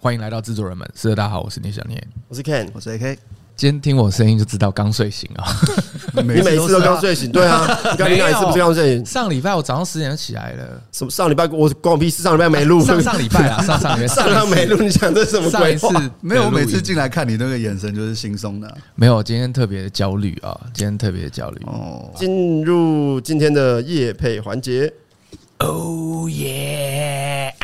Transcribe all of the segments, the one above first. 欢迎来到制作人们，是的，大家好，我是聂小念。我是 Ken，我是 AK，今天听我声音就知道刚睡醒 啊、你你每次都是啊刚，睡醒，对 啊，你刚没你有哪一次不是刚睡醒？上礼拜我早上十点就起来了，什么上礼拜我关我屁事，上礼拜没录，上上礼拜啊，上上礼拜 上礼拜没录，你讲这是什么上鬼一次话？没有，我每次进进来看你那个眼神就是轻松的。没有，今天特别的焦虑啊，今天特别的焦虑。哦，进入今天的夜配环节，啊哦耶！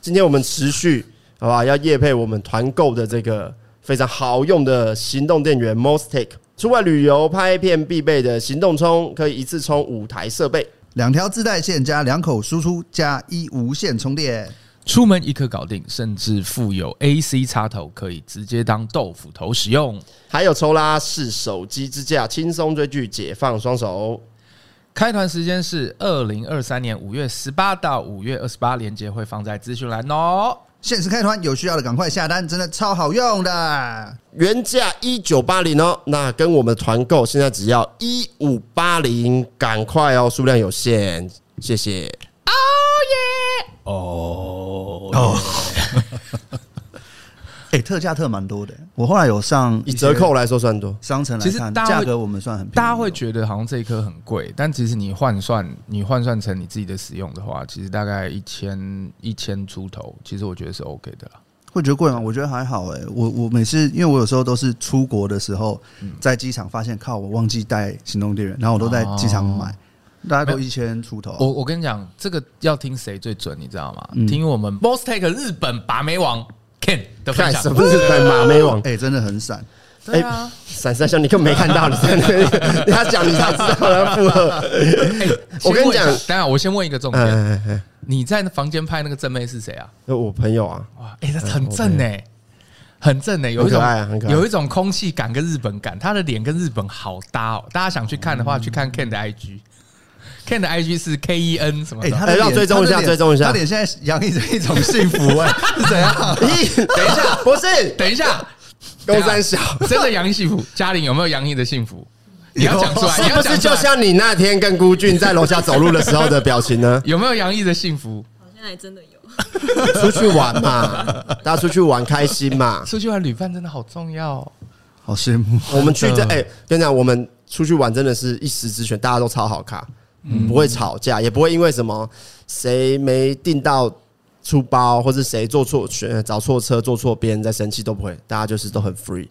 今天我们持续好吧，要夜配我们团购的这个非常好用的行动电源 Mostek，出外旅游拍片必备的行动充，可以一次充五台设备。两条自带线加两口输出加一无线充电，出门一刻搞定，甚至附有 AC 插头，可以直接当豆腐头使用。还有抽拉式手机支架，轻松追剧，解放双手。开团时间是二零二三年五月十八到五月二十八，链接会放在资讯栏哦。限时开团，有需要的赶快下单，真的超好用的。原价一九八零哦，那跟我们团购现在只要一五八零，赶快哦，数量有限，谢谢。哦，哦，哎，特价特蛮多的。我后来有上以折扣来说算多，商城其来实看，大家价会格我们算很便宜。大家会觉得好像这一颗很贵，但其实你换算，你换算成你自己的使用的话，其实大概一千一千出头，其实我觉得是 OK 的啦。会觉得贵吗？我觉得还好哎、我我每次因为我有时候都是出国的时候，在机场发现靠我忘记带行动电源，然后我都在机场买，大概都一千出头啊、哦我我跟你讲，这个要听谁最准，你知道吗？嗯听我们 Boss Take 日本把妹王 Ken 的分看享什。么是在马妹网？哎、真的很闪。对啊，闪闪兄，你根本没看到，你在那里，他讲你才知道要附和。哎我跟先问你讲一下等一下我先问一个重哎点，哎哎，你在房间拍那个正妹是谁啊？哎我朋友啊，哇，哎、他很正哎、很正哎、有一很种、可爱啊很可爱有一种空气感跟日本感，他的脸跟日本好搭哦。大家想去看的话，去看 Ken 的 IG。Ken 的 IG 是 K E N 什么哎、的？他哎的要脸追踪一下他的脸追踪一下他脸现在洋溢着一种幸福哎、 是怎样？咦，等一下，不是等一 下，高三小，真的洋溢幸福，嘉玲有没有洋溢的幸 福？你要讲出来，你啊是要不讲是出就来，像你那天跟孤俊在楼下走路的时候的表情呢？有没有洋溢的幸福？好像还真的有。出去玩嘛，大家出去玩开心嘛。出去玩旅伴真的好重要、哦。好羡慕。我们去这真的哎、跟你讲，我们出去玩真的是一时之选，大家都超好看，嗯不会吵架，也不会因为什么谁没订到出包，或是谁坐错选找错车、坐错边在生气都不会，大家就是都很 free。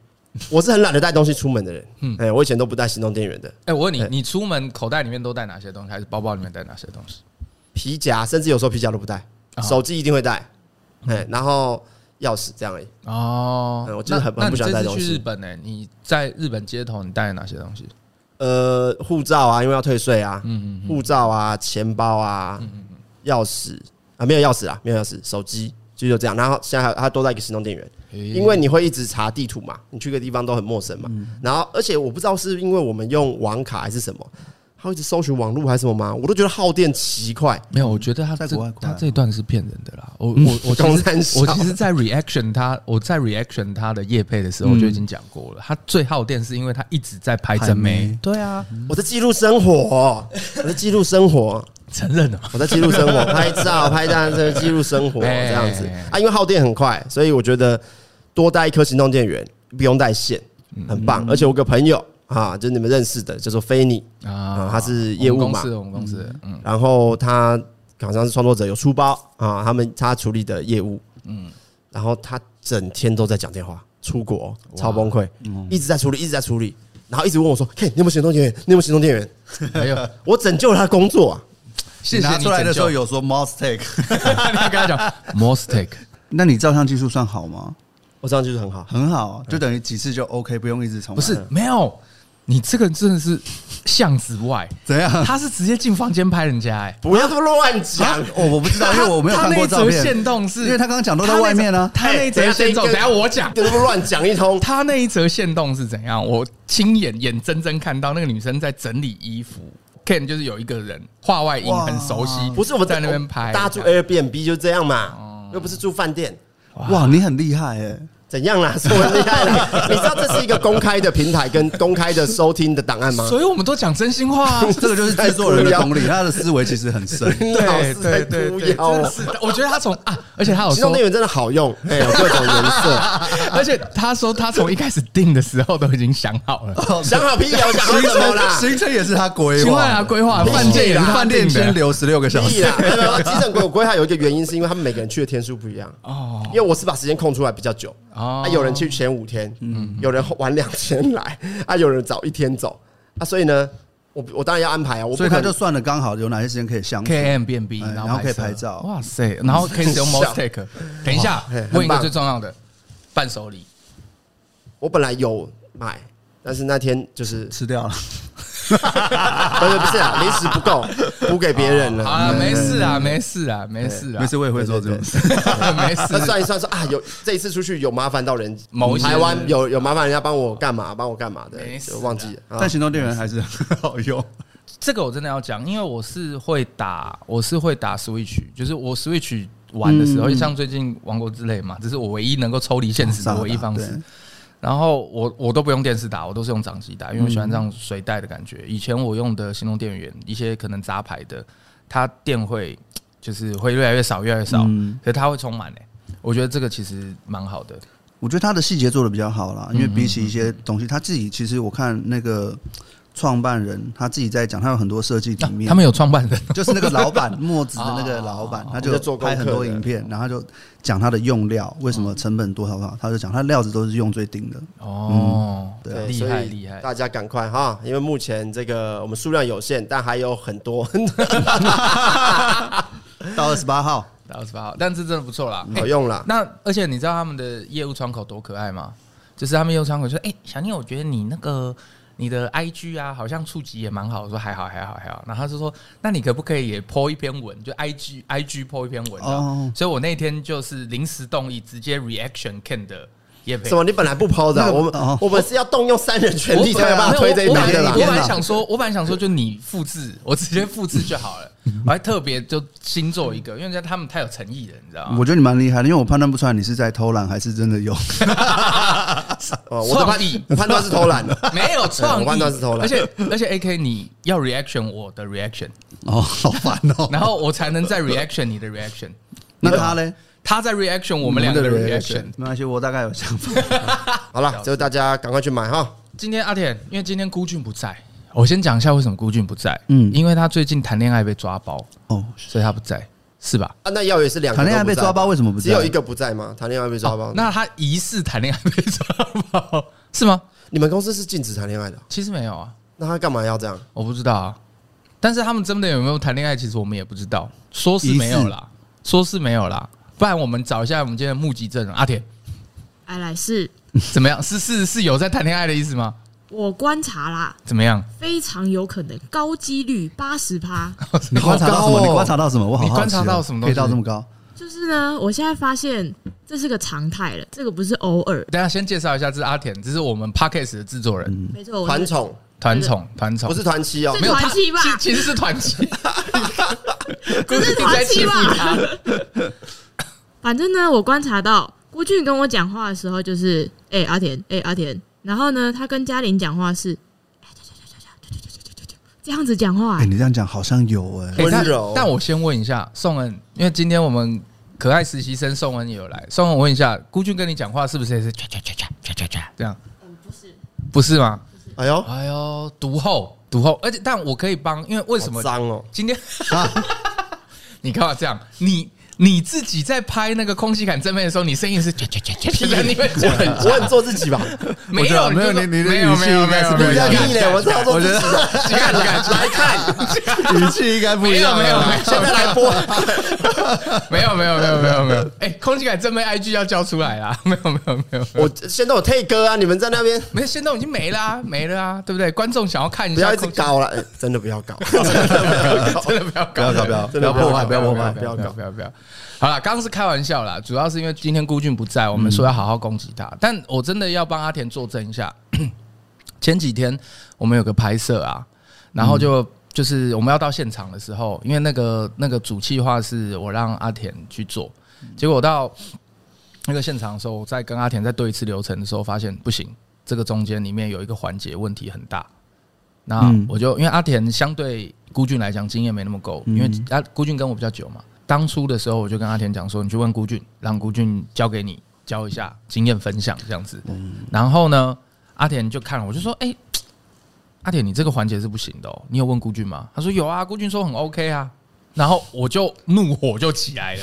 我是很懒得带东西出门的人，嗯，哎、我以前都不带行动电源的，哎、我问你，你出门口袋里面都带哪些东西，还是包包里面带哪些东西？皮夹，甚至有时候皮夹都不带，啊嗯手机一定会带，哎、然后钥匙这样而已。哦，嗯我真的很那很不喜欢那你这带次东西去日本呢、你在日本街头你带了哪些东西？呃，护照啊，因为要退税啊，嗯护照啊，钱包啊，钥匙啊，没有钥匙啊，没有钥匙，手机就就这样。然后现在还它多在一个行动电源，因为你会一直查地图嘛，你去个地方都很陌生嘛。嗯然后而且我不知道是因为我们用网卡还是什么，它会一直搜寻网络还是什么吗？我都觉得耗电奇快。没有，我觉得他在这国外嗯快他啊这一段是骗人的啦。我我我公其三实小我其实，在 reaction 他我在 reaction 他的叶配的嗯时候我就已经讲过了，他最耗电是因为他一直在拍真拍妹妹，对啊，我在记录生活，我在记录生活，承认了嘛。我在记录生活，拍照拍照，这记录生活 哎这样子哎啊，因为耗电很快，所以我觉得多带一颗行动电源，不用带线，嗯很棒。而且我有个朋友啊，就是你们认识的，叫做菲尼，啊哦啊他是业务我们公嘛司的我们公司的，嗯，然后他好像是创作者，有出包啊，他们他处理的业务，嗯，嗯然后他整天都在讲电话，出国超崩溃，一直在处理，一直在处理。然后一直问我说：“看你有没有行动电源？你有没有行动电源 没嗯有，？”我拯救了他的工作啊！谢谢拿你出来的拯时候救，有说 mouse take， 你要跟他讲 mistake， 那你照相技术算好吗？我这样就是很好。很好，啊就等于几次就 OK，不用一直重来。嗯不是没有，你这个真的是巷子外，怎样？他是直接进房间拍人家哎、不要这么乱讲，啊哦，我不知道，因为我没有看过照他那一片。则限动是，因为他刚刚讲都在外面啊他那一哎则限动，等等一一下下我讲。这么乱讲一通。他那一则限动是怎样？我亲眼眼睁睁看到那个女生在整理衣服，Ken 就是有一个人画外音哇很熟悉，不是我们在那边拍，哦大家住 Airbnb 就呃这样嘛，又不是住饭店，哇，你很厉害哎！怎样啦？是我厉害 啦！你知道这是一个公开的平台跟公开的收听的档案吗？所以我们都讲真心话、 啊。这个就是制作人的同理，他的思维其实很 深。老是在哭真腰啊的。是的，我觉得他从啊，而且他有行动说电，源真的好用，哎，有各种颜 色，而且他说他从一开始定的时候都已经想好 了，想好屁啊聊，想好什么啦？行程也是他规划，哦请问啊，规划屁啦饭店也是饭饭店店先的，啊留十六个小屁时。啦！没有没有，急诊给我规划有一个原因，是因为他们每个人去的天数不一样。哦，因为我是把时间空出来比较久。哦嗯啊，有人去前五天，有人晚两天来，啊，有人早一天走，啊，所以呢，我我当然要安排啊，我不所以他可能就算了，刚好有哪些时间可以相处。 K M 变 B，哎然然后后可以摄拍照哇塞，然后可以使用很 Mouse 像 Take。等一下嘿很，问一个棒最重要的伴手礼，我本来有买，但是那天就是 吃掉了，不是不是啊，临时不够，补给别人好了。啊，没事啊，没事啊，没事啊，没事，我也会做这种事。 没那事。算一算说啊，有这一次出去有麻烦到人，某一些台湾有有麻烦人家帮我干嘛，帮我干嘛的没，事啊我忘记了。啊但行动电源还是很 好用。这个我真的要讲，因为我是会打，我是会打 Switch，就是我 Switch 玩的时候，嗯像最近《王国之泪》嘛，这是我唯一能够抽离现实的唯一方 式对。然后我我都不用电视打，我都是用掌机打，因为我喜欢这嗯样随带的感觉。以前我用的行动电源，一些可能杂牌的，它电会就是会越来越少，越来越少，嗯可是它会充满诶、欸我觉得这个其实蛮好的，我觉得他的细节做的比较好啦，因为比起一些东西，他自己其实我看那个创办人他自己在讲，他有很多设计里面，啊他们有创办人， 就是那个老板墨子的那个老 板，他我就在做功拍课很多影片，然后他就讲他的用料为什么成本多少多少，他就讲他料子都是用最顶的。哦，嗯对，啊厉所害以厉害，大家赶快哈，因为目前这个我们数量有限，但还有很多。 嗯到二十八号，二十八号，但是真的不错啦，好欸用啦。那而且你知道他们的业务窗口多可爱吗？就是他们业务窗口说：“哎、小念，我觉得你那个你的 IG 啊，好像触及也蛮好。”我说：“还好，还好，还好。”然后他就说：“那你可不可以也 po 一篇文，就 IG IG po 一篇文、啊？”哦所以我那天就是临时动议，直接 reaction Ken 的叶培什。么？你本来不抛的啊，那个我们哦我们是要动用三人权力我才有办法推这一我档本的来啦我。本来想说，我本来想说，就你复制，我直接复制就 好了。我还特别就新做一个，因为人家他们太有诚意了，你知道吗？我觉得你蛮厉害的，因为我判断不出来你是在偷懒还是真的用。 哦我的判创意我判断是偷懒的， 没 有创我意，判断是偷懒而且而且 A K 你要 reaction 我的 reaction，哦，好烦哦。然后我才能再 reaction 你的 reaction，那他嘞？他在 reaction 我们两个的 reaction。没关系，我大概有想 法。好了，就大家赶快去买哈。今天阿田，因为今天孤俊不在，我先讲一下为什么孤俊不在。嗯嗯，因为他最近谈恋爱被抓包，哦，所以他不在，是吧？啊，那耀也是两个谈恋爱都不被在抓包，为什么不只在有一个不在吗？谈恋爱被抓包？哦那他疑似谈恋爱被抓包是吗？你们公司是禁止谈恋爱的啊，其实没有啊，那他干嘛要这样？我不知道啊。但是他们真的有没有谈恋爱，其实我们也不知道。说是没有啦，说是没有啦，不然我们找一下我们今天的目击证人阿田。哎，来是怎么样？是是是有在谈恋爱的意思吗？我观察啦，怎么样？非常有可能高几率八十趴。你观察到什好么？高哦你观察到什么？我好好奇哦你观察到什么东可西以到这么高？就是呢，我现在发现这是个常态了，这个不是偶尔。等一下先介绍一下，这是阿田，这是我们 podcast 的制作嗯人，没错，我团宠团宠团宠不是团妻哦这，没有团契吧他其其实是团契，这是故意在团欺契负吧？他。反正呢，我观察到郭俊跟我讲话的时候就是，哎、阿田，哎、阿田。然后呢，他跟嘉玲讲话是，这样子讲话、哎，你这样讲好像有 哎。温柔欸但但我先问一下宋恩，因为今天我们可爱实习生宋恩也有来，宋恩我问一下，孤俊跟你讲话是不是也是恰恰恰恰恰恰恰这样？不是，不是吗？哎呦，哎呦，毒后毒后，而且 但我可以帮，因为为什么好脏哦？今天你干嘛这样？你你自己在拍那个空气感正面的时候，你声音是啾啾啾啾啾的，你会我很我很做自己吧，没我觉有得没有就说你你的没有语气没有应该是 不没有不一要样屁嘞，我超做我觉自己得的。你看你看来看，语气应该不一没有样啊。没有没有现在来播，没有没有没有没有没有，哎，空气感正面 IG 要交出来啦，没有没有没有，我现在我 take 歌啊，你们在那边没有，现在已经没啦、没了啊，对不对？观众想要看一不下要一直空气，搞了，哎真的 不要搞，真的不要搞。真不要的不要搞不要真不的要不要破坏，不不要要破搞坏不。要不要不要不要！好了，刚刚是开玩笑啦，主要是因为今天孤俊不在，我们说要好好攻击他，但我真的要帮阿田作证一下。 前几天我们有个拍摄啊，然后就、就是我们要到现场的时候，因为那个那个主计划是我让阿田去做，结果我到那个现场的时候，我再跟阿田再对一次流程的时候，发现不行，这个中间里面有一个环节问题很大。那嗯我就因为阿田相对孤俊来讲经验没那么够，因为阿孤俊跟我比较久嘛。当初的时候我就跟阿田讲说，你去问孤俊，让孤俊教给你教一下经验分享这样子。然后呢，阿田就看了，我就说，哎、阿田你这个环节是不行的哦，你有问孤俊吗？他说有啊，孤俊说很 OK 啊。然后我就怒火就起来了，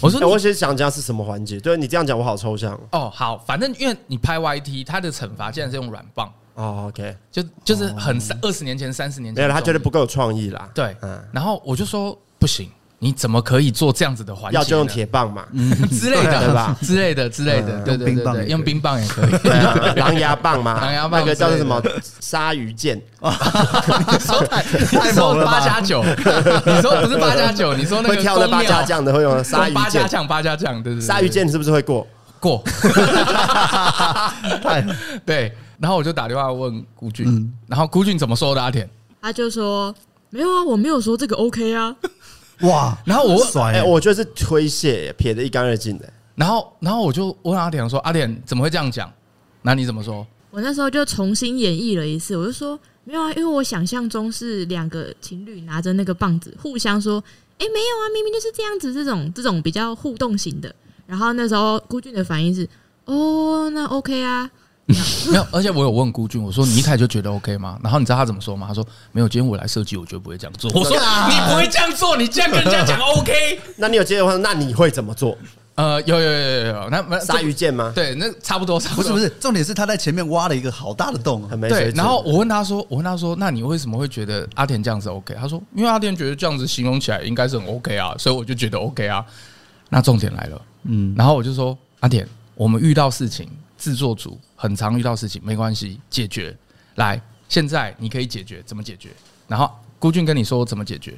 我说 哎我先想讲是什么环节，对你这样讲我好抽象哦，好，反正因为你拍 YT，他的惩罚竟然是用软棒，哦。OK，就就是很三二十年前、三十年前这哦没有种，啦，他觉得不够有创意啦。对嗯，，然后我就说不行，你怎么可以做这样啊子的嗯环节呢？要就用铁棒嘛， 之类对的吧之类的之类的，嗯对对用对冰棒也对，可以用冰棒也可以。对 啊，狼牙棒嘛， 狼牙棒那个叫做什么之鲨鱼剑，哦你说太太你猛说了吧八加 九，你说不是八加九，你说那会个跳的公八庙家将的会用鲨鱼八家剑，酱八家酱，对对对，鲨鱼剑是不是会过？ 过。太对，然后我就打电话问孤俊，然后孤俊怎么说的阿田？他就说没有啊，我没有说这个 OK 啊， 哇，然后我问甩哎，欸，我觉得是推卸，撇得一干二净的。然后，然后我就问阿典说：“阿典怎么会这样讲？那你怎么说？我那时候就重新演绎了一次，我就说没有啊，因为我想象中是两个情侣拿着那个棒子互相说，哎、没有啊，明明就是这样子，这种这种比较互动型的。然后那时候孤俊的反应是，哦，那 OK 啊，没有，而且我有问孤俊，我说你一开始就觉得 OK 吗？然后你知道他怎么说吗？他说没有，今天我来设计，我绝对不会这样做。我说你不会这样做，你竟然跟人家讲 OK？那你有接的话，那你会怎么做？呃，有有有有有，那那鲨鱼剑吗？对，那差不多，差不是不是。是，重点是他在前面挖了一个好大的洞啊很！没水对，准。然后我问他说，我问他说，那你为什么会觉得阿田这样子 OK？他说，因为阿田觉得这样子形容起来应该是很 OK 啊，所以我就觉得 OK 啊。那重点来了，嗯，然后我就说，阿田，我们遇到事情，制作组很常遇到事情，没关系，解决。来，现在你可以解决，怎么解决？然后孤俊跟你说怎么解决，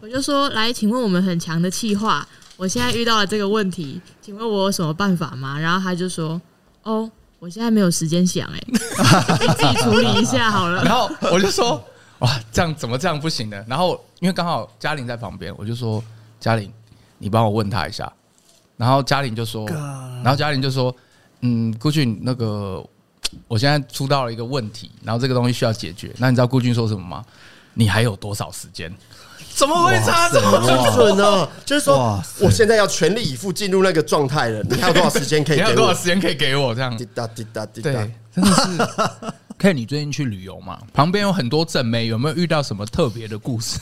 我就说来，请问我们很强的气话，我现在遇到了这个问题，请问我有什么办法吗？然后他就说，哦，我现在没有时间想、 欸，哎，自己处理一下好了。然后我就说， 哇，这样怎么这样不行呢？然后因为刚好嘉玲在旁边，我就说，嘉玲，你帮我问她一下。然后嘉玲就说，然后嘉玲就说，嗯，顾俊，那个我现在出到了一个问题，然后这个东西需要解决。那你知道顾俊说什么吗？你还有多少时间？ 怎么会差这么很多？准哦，就是说哇，塞我现在要全力以赴进入那个状态了。你还有多少时间可以 你给还有多少我？时间可以给我？这样滴答滴答滴答对。，啊真的是。 看你最近去旅游嘛，旁边有很多正妹，有没有遇到什么特别的故事？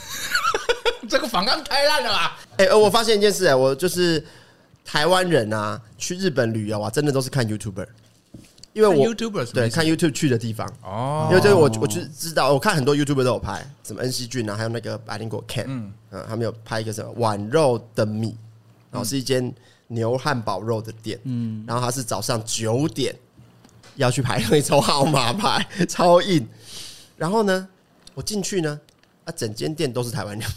这个房刚开烂了吧？哎、呃我发现一件事、哎，我就是台湾人啊，去日本旅游啊，真的都是看 YouTuber，因为看我 YouTuber 什么对意思看 YouTube 去的地方，哦因为这个我我就知道，我看很多 YouTuber 都有拍，什么恩熙俊啊，还有那个百灵果 Ken，嗯他们有拍一个什么碗肉的米，然后是一间牛汉堡肉的店，嗯，然后他是早上九点要去排队抽号码牌，超硬，然后呢，我进去呢，啊，整间店都是台湾人。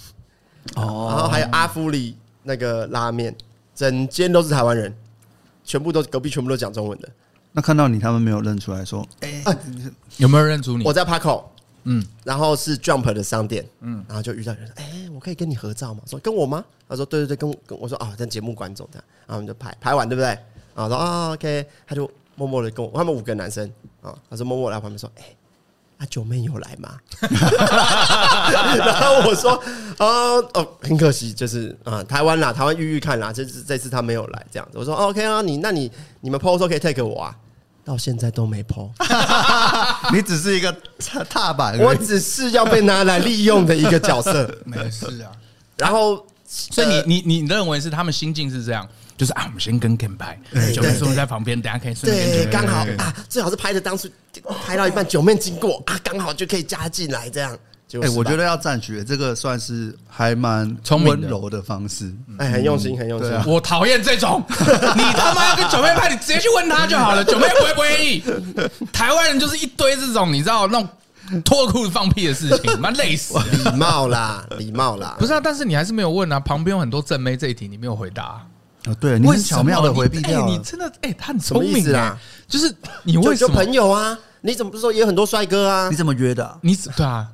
然后还有阿夫里那个拉面，整间都是台湾人，全部都隔壁全部都讲中文的。那看到你，他们没有认出来说， 哎，有没有认出你？ 我在 Paco，嗯，然后是 Jump 的商店，嗯，然后就遇到有人说：“哎、我可以跟你合照吗？”我说：“跟我吗？”他说：“对对对，跟我跟我说啊，在节目观众这样。”然后我们就拍拍完，对不对？啊，说啊、OK，他就默默的跟我，他们五个男生啊，他说默默地来旁边说：“哎、啊，九妹有来吗？” 然后我说：“哦哦，很可惜，就是啊、台湾啦，台湾玉玉看啦，这次这次他没有来，这样子。”我说、哦、：“OK 啊，你那你你们 PO 的时候可以 take 我啊。”到现在都没 PO。你只是一个踏 踏板而已， 我只是要被拿来利用的一个角色。没事啊，然后呃所以你你你认为是他们心境是这样，就是啊，我们先跟 Ken 拍，九妹顺便在旁边，等下可以顺便对，跟刚好对对对啊，最好是拍的当初拍到一半，九妹经过啊，刚好就可以加进来这样。哎、哎我觉得要赞许这个算是还蛮聪明温的柔的方式。哎，很用心，很用心对。啊我讨厌这 种，你他妈要跟九妹拍，你直接去问他就好了，九妹不会不愿意。台湾人就是一堆这种，你知道那种脱裤子放屁的事 情，妈累死了。礼貌啦， 礼貌啦，不是啊，但是你还是没有问啊，旁边有很多正妹这一题你没有回答、啊，对，你为很什巧么妙的你回避哎掉啊你了。真的哎、他很什么聪意明思啊，啊就是你就为什就么朋友啊，你怎么不是说也有很多帅哥啊你？怎么约的、啊？你怎对啊，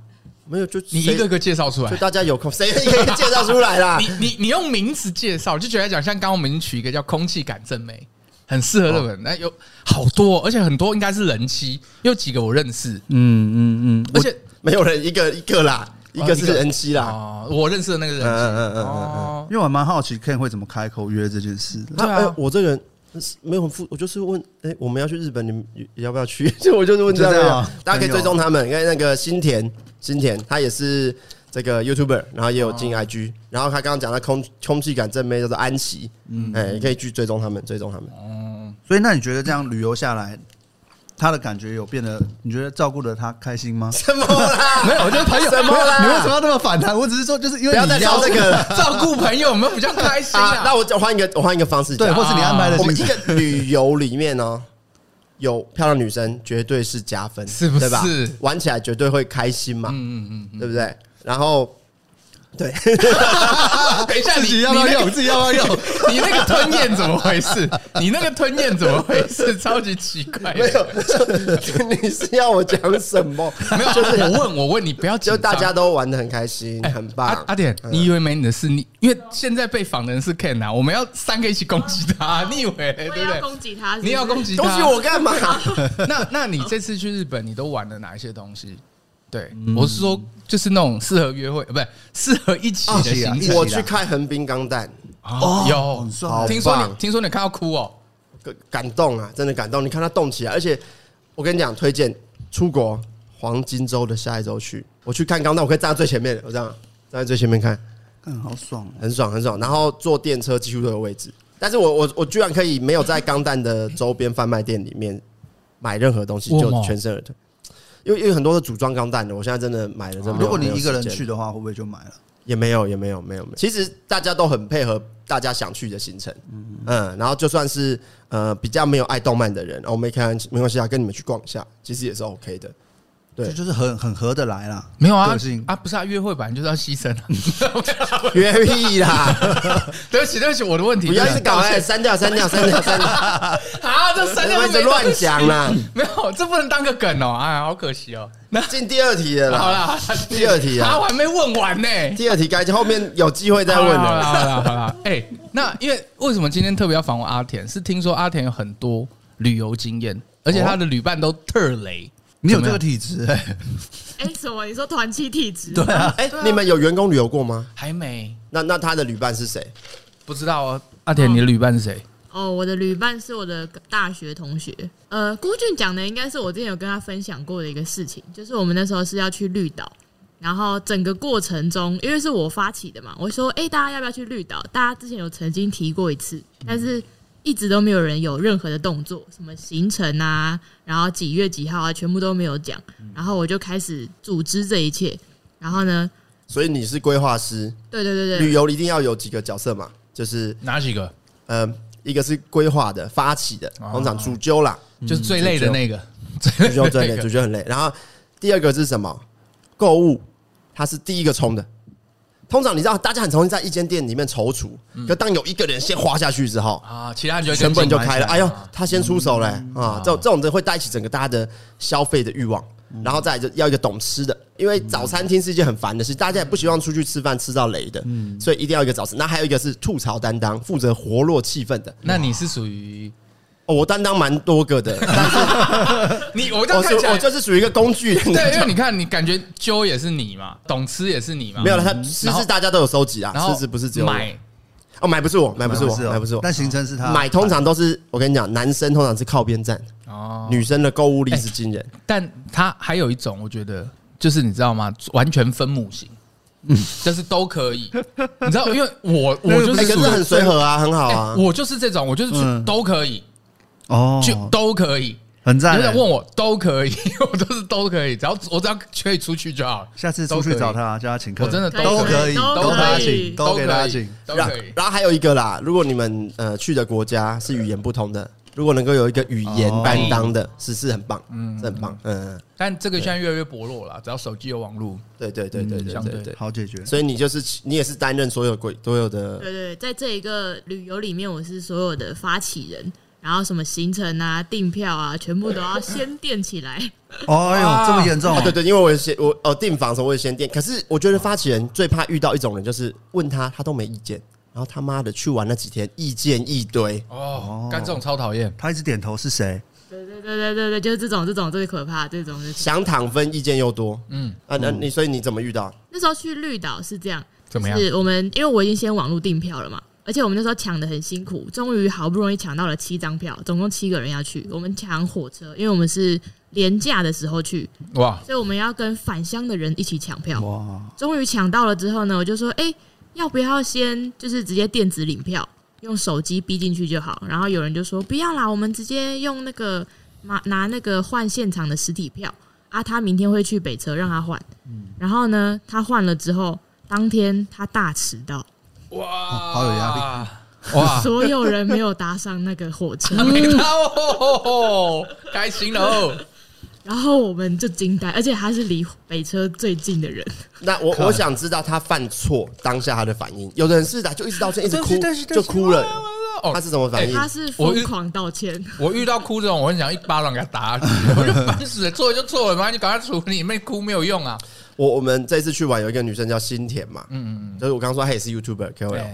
没有，就你谁一个个介绍出来就，大家有空，谁可以介绍出来 啦你？你你用名词介绍，就觉得讲像刚刚我们取一个叫空气感正妹，很适合日哦本人，那、有好多，而且很多应该是人妻，有几个我认识，嗯嗯嗯，而且没有人一个一个啦，一个一是个人妻啦。哦，我认识的那个人嗯嗯妻，嗯嗯嗯嗯。哦因，为我蛮好奇 Ken 会怎么开口约这件事的。对啊哎我这人是没有很负，我就是问，哎、我们要去日本，你们要不要去？ 就我就是问这样就这的样啊人，大家可以朋友追踪他们。因为那个新田，新田他也是这个 YouTuber，然后也有进 IG，、然后他刚刚讲到空空气感正妹叫做安琪，哎、你可以去追踪他们，追踪他们。 哦所以那你觉得这样旅游下来，他的感觉有变得？你觉得照顾的他开心吗？什么啦？没有，我就是朋友，什么啦你为什么要那么反弹？我只是说，就是因为不要你再聊这个了照顾朋友，我们比较开心啊！ 啊那。我就换一个，我换一个方式对，讲。或是你安排的啊我行们一程。个旅游里面呢、有漂亮女生绝对是加分，是不是对吧？玩起来绝对会开心嘛，嗯嗯对不对？然后，对，嗯，等一 下，自己你要不要用？自己己要不要用？ 你那个吞咽怎么回事？你那个吞咽怎么回事？超级奇怪的，没有，你是要我讲什么？ 没有，就是我问，我问你，不要紧就张大家都嗯玩的很开心，哎很阿棒。阿典，你以为没你的事？你因为现在被访的人是 Ken 啊，我们要三个一起攻击 他，你以为对不我也要对？攻击他是不是你啊要攻击他？东西 我干嘛？那那你这次去日本，你都玩了哪一些东西？对，嗯我是说，就是那种适合约会，呃不是适合一起的行程。我去看横滨钢弹，哦很有，帅好听说你棒听说你看到哭哦，感感动啊，真的感动。你看它动起来，而且我跟你讲，推荐出国黄金周的下一周去，我去看钢弹，我可以站在最前面的，我这样站在最前面看，嗯，好爽哦。很爽很爽。然后坐电车几乎都有位置，但是我我我居然可以没有在钢弹的周边贩卖店里面买任何东西，为什就么全身而退。因为因为很多是组装钢弹的，我现在真的买了，真的没有如果你一个人没有时去间的话，会不会就买了？也没有也没有没有没有。其实大家都很配合大家想去的行程，嗯，然后就算是呃比较没有爱动漫的人，哦我们也看没关系啊，跟你们去逛一下，其实也是 OK 的。对就就是很很合得来啦。没有啊个性啊，不是啊，约会本来就是要牺牲啊。 约屁啦， 对不起，对不起，我的问题不要一直搞，道哎，歉删掉删掉删掉删 掉，啊，这三我个一直乱讲啊啦。 没有，这不能当个梗哦，哎，好可惜哦。那进第二题了啦，好啦，第二题啊啊，我还没问完呢。第二题该后面有机会再好问啦好啦了。好啦好啦， 哎，那因为为什么今天特别要访问阿田？是听说阿田有很多旅游经验，而且他的旅伴都特雷。你有怎么这样个体质哎，哎、什么？你说团体体质？对啊，哎，你们有员工旅游过吗？还没那那他的旅伴是谁？不知道哦。嗯阿田，你的旅伴是谁？哦，我的旅伴是我的大学同学。呃，郭俊讲的应该是我之前有跟他分享过的一个事情，就是我们那时候是要去绿岛，然后整个过程中，因为是我发起的嘛，我说，哎、大家要不要去绿岛？大家之前有曾经提过一次，但是一直都没有人有任何的动作，什么行程啊，然后几月几号啊，全部都没有讲。然后我就开始组织这一切，然后呢，所以你是规划师，对对对对，旅游一定要有几个角色嘛，就是哪几个？呃，一个是规划的、发起的，哦通常主揪啦，就是最累的那个，主最揪 最累，那主个揪很累。然后第二个是什么？购物，他是第一个冲的。通常你知道，大家很容易在一间店里面踌躇，可当有一个人先花下去之后，啊，其他人就会成本就开了。哎呦啊，他先出手嘞、嗯啊！这种这种的会带起整个大家的消费的欲望，嗯然后再来就要一个懂吃的，因为早餐厅是一件很烦的事，大家也不希望出去吃饭吃到雷的，嗯所以一定要一个早餐。那还有一个是吐槽担当，负责活络气氛的。那你是属于哦，我担当蛮多个 的，但是你，我这样我看起是来我就是属于一个工具人。对，因为你看，你感觉揪也是你嘛，懂吃也是你嘛，没有了，他吃是大家都有收集啊，嗯然后吃是不是只有我买哦，买不是我，买不是我，哦买不是我。但行程是他买通常都是我跟你讲，男生通常是靠边站，哦。哎女生的购物力是惊人。但他还有一种，我觉得就是你知道吗？完全分母型，就是都可以。你知道，因为我我那个就不哎，是可属是于很随和啊，很好啊哎。我就是这种，我就是嗯都可以，哦，就都可以。很赞有人欸。问我都可以， 我都是都可以，只要我只要可以出去就好了。下次都出可以去找他，叫他请客，我真的都可以都可可以以，都可给以他请都然可以。然后还有一个啦，如果你们呃去的国家是语言不同的，如果能够有一个语言担当的，是是很棒，嗯，是很棒，嗯，但这个现在越来越薄弱了，只要手机有网络，对对对对嗯对相对对对。好解决。所以你就是你也是担任所有国所有的对对，在这一个旅游里面，我是所有的发起人，然后什么行程啊、订票啊，全部都要先垫起来。哦，哎呦，这么严重啊，啊对！对，因为我有先我哦订房的时候我也先订，可是我觉得发起人最怕遇到一种人，就是问他他都没意见，然后他妈的去玩那几天意见一堆，哦，干这种超讨厌。他一直点头是谁？ 对对对对对对，就是这种这种最可怕，这种就是想躺分意见又多嗯，啊，那你所以你怎么遇到？那时候去绿岛是这样，怎么样就是我们因为我已经先网络订票了嘛，而且我们那时候抢的很辛苦，终于好不容易抢到了七张票，总共七个人要去。我们抢火车，因为我们是廉价的时候去，哇，所以我们要跟返乡的人一起抢票。哇，终于抢到了之后呢，我就说，哎、要不要先就是直接电子领票，用手机逼进去就好。然后有人就说不要啦，我们直接用那个拿拿那个换现场的实体票啊，他明天会去北车让他换。然后呢，他换了之后，当天他大迟到，哇，好有压力。哇，，所有人没有搭上那个火车 没到哦，开心了哦。然后我们就惊呆，而且他是离北车最近的人。那我我想知道他犯错当下他的反应，有的人是的就一直道歉，一直哭但是但是就哭了，他哦，是什么反应？他是我疯狂道歉，我遇到哭这种，我很想一巴掌给他打下去，我就烦死了，错了就错了嘛，你赶快处理，没哭没有用啊。我我们这次去玩有一个女生叫新田嘛，嗯嗯，就是我刚说她也是 YouTuber KOL，对啊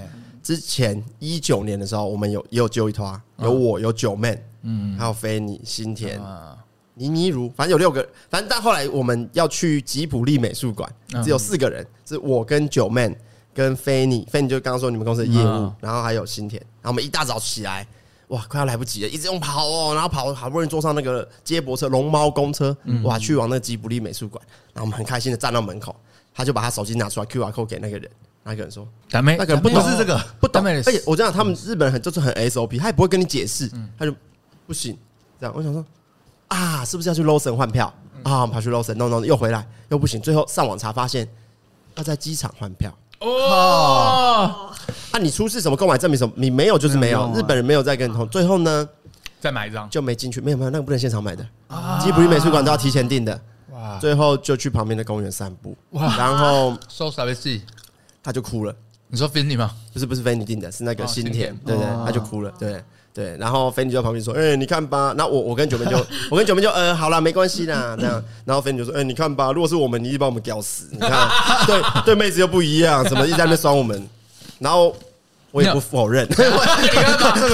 之前一九年的时候，我们有也有揪一团，有我有九妹，嗯，还有菲尼、新田、啊，倪妮如，反正有六个，反正但后来我们要去吉普力美术馆，嗯只有四个人，是我跟九妹跟菲尼，菲尼就刚刚说你们公司的业务嗯，然后还有新田，然后我们一大早起来。哇，快要来不及了，一直用跑哦，然后跑，好不容易坐上那个接驳车龙猫公车，嗯哇，去往那个吉卜力美术馆，然后我们很开心的站到门口，他就把他手机拿出来 QR code 给那个人，那个人说，咱们那个人不懂咱们这个，不懂。咱哎们而也且我知道他们日本人很就是很 SOP，他也不会跟你解释，他就不行这样。我想说啊，是不是要去 l o s o n 换票啊？我们跑去 l o s o n n o no，又回来又不行，最后上网查发现要在机场换票。哦，啊，你出示什么购买证明什么？你没有就是没没有有用，啊日本人没有再跟你通。最后呢再买一张。就没进去，没有没有，那个不能现场买的，吉卜力美术馆都要提前订的。哇，最后就去旁边的公园散步，哇然后收啥回事？他就哭了。你说 Finny 吗？不是不是菲尼定的，是那个哦新新田田，对对，他就哭了，对对。然后菲尼就在旁边说：“哎，你看吧。”那我我跟九妹就我跟九妹就呃好啦，没关系啦，这样。然后菲尼就说：“哎，你看吧，如果是我们，你一定把我们屌死。你看，对对，妹子又不一样，什么一直在那边酸我们。”然后我也不否认， 这个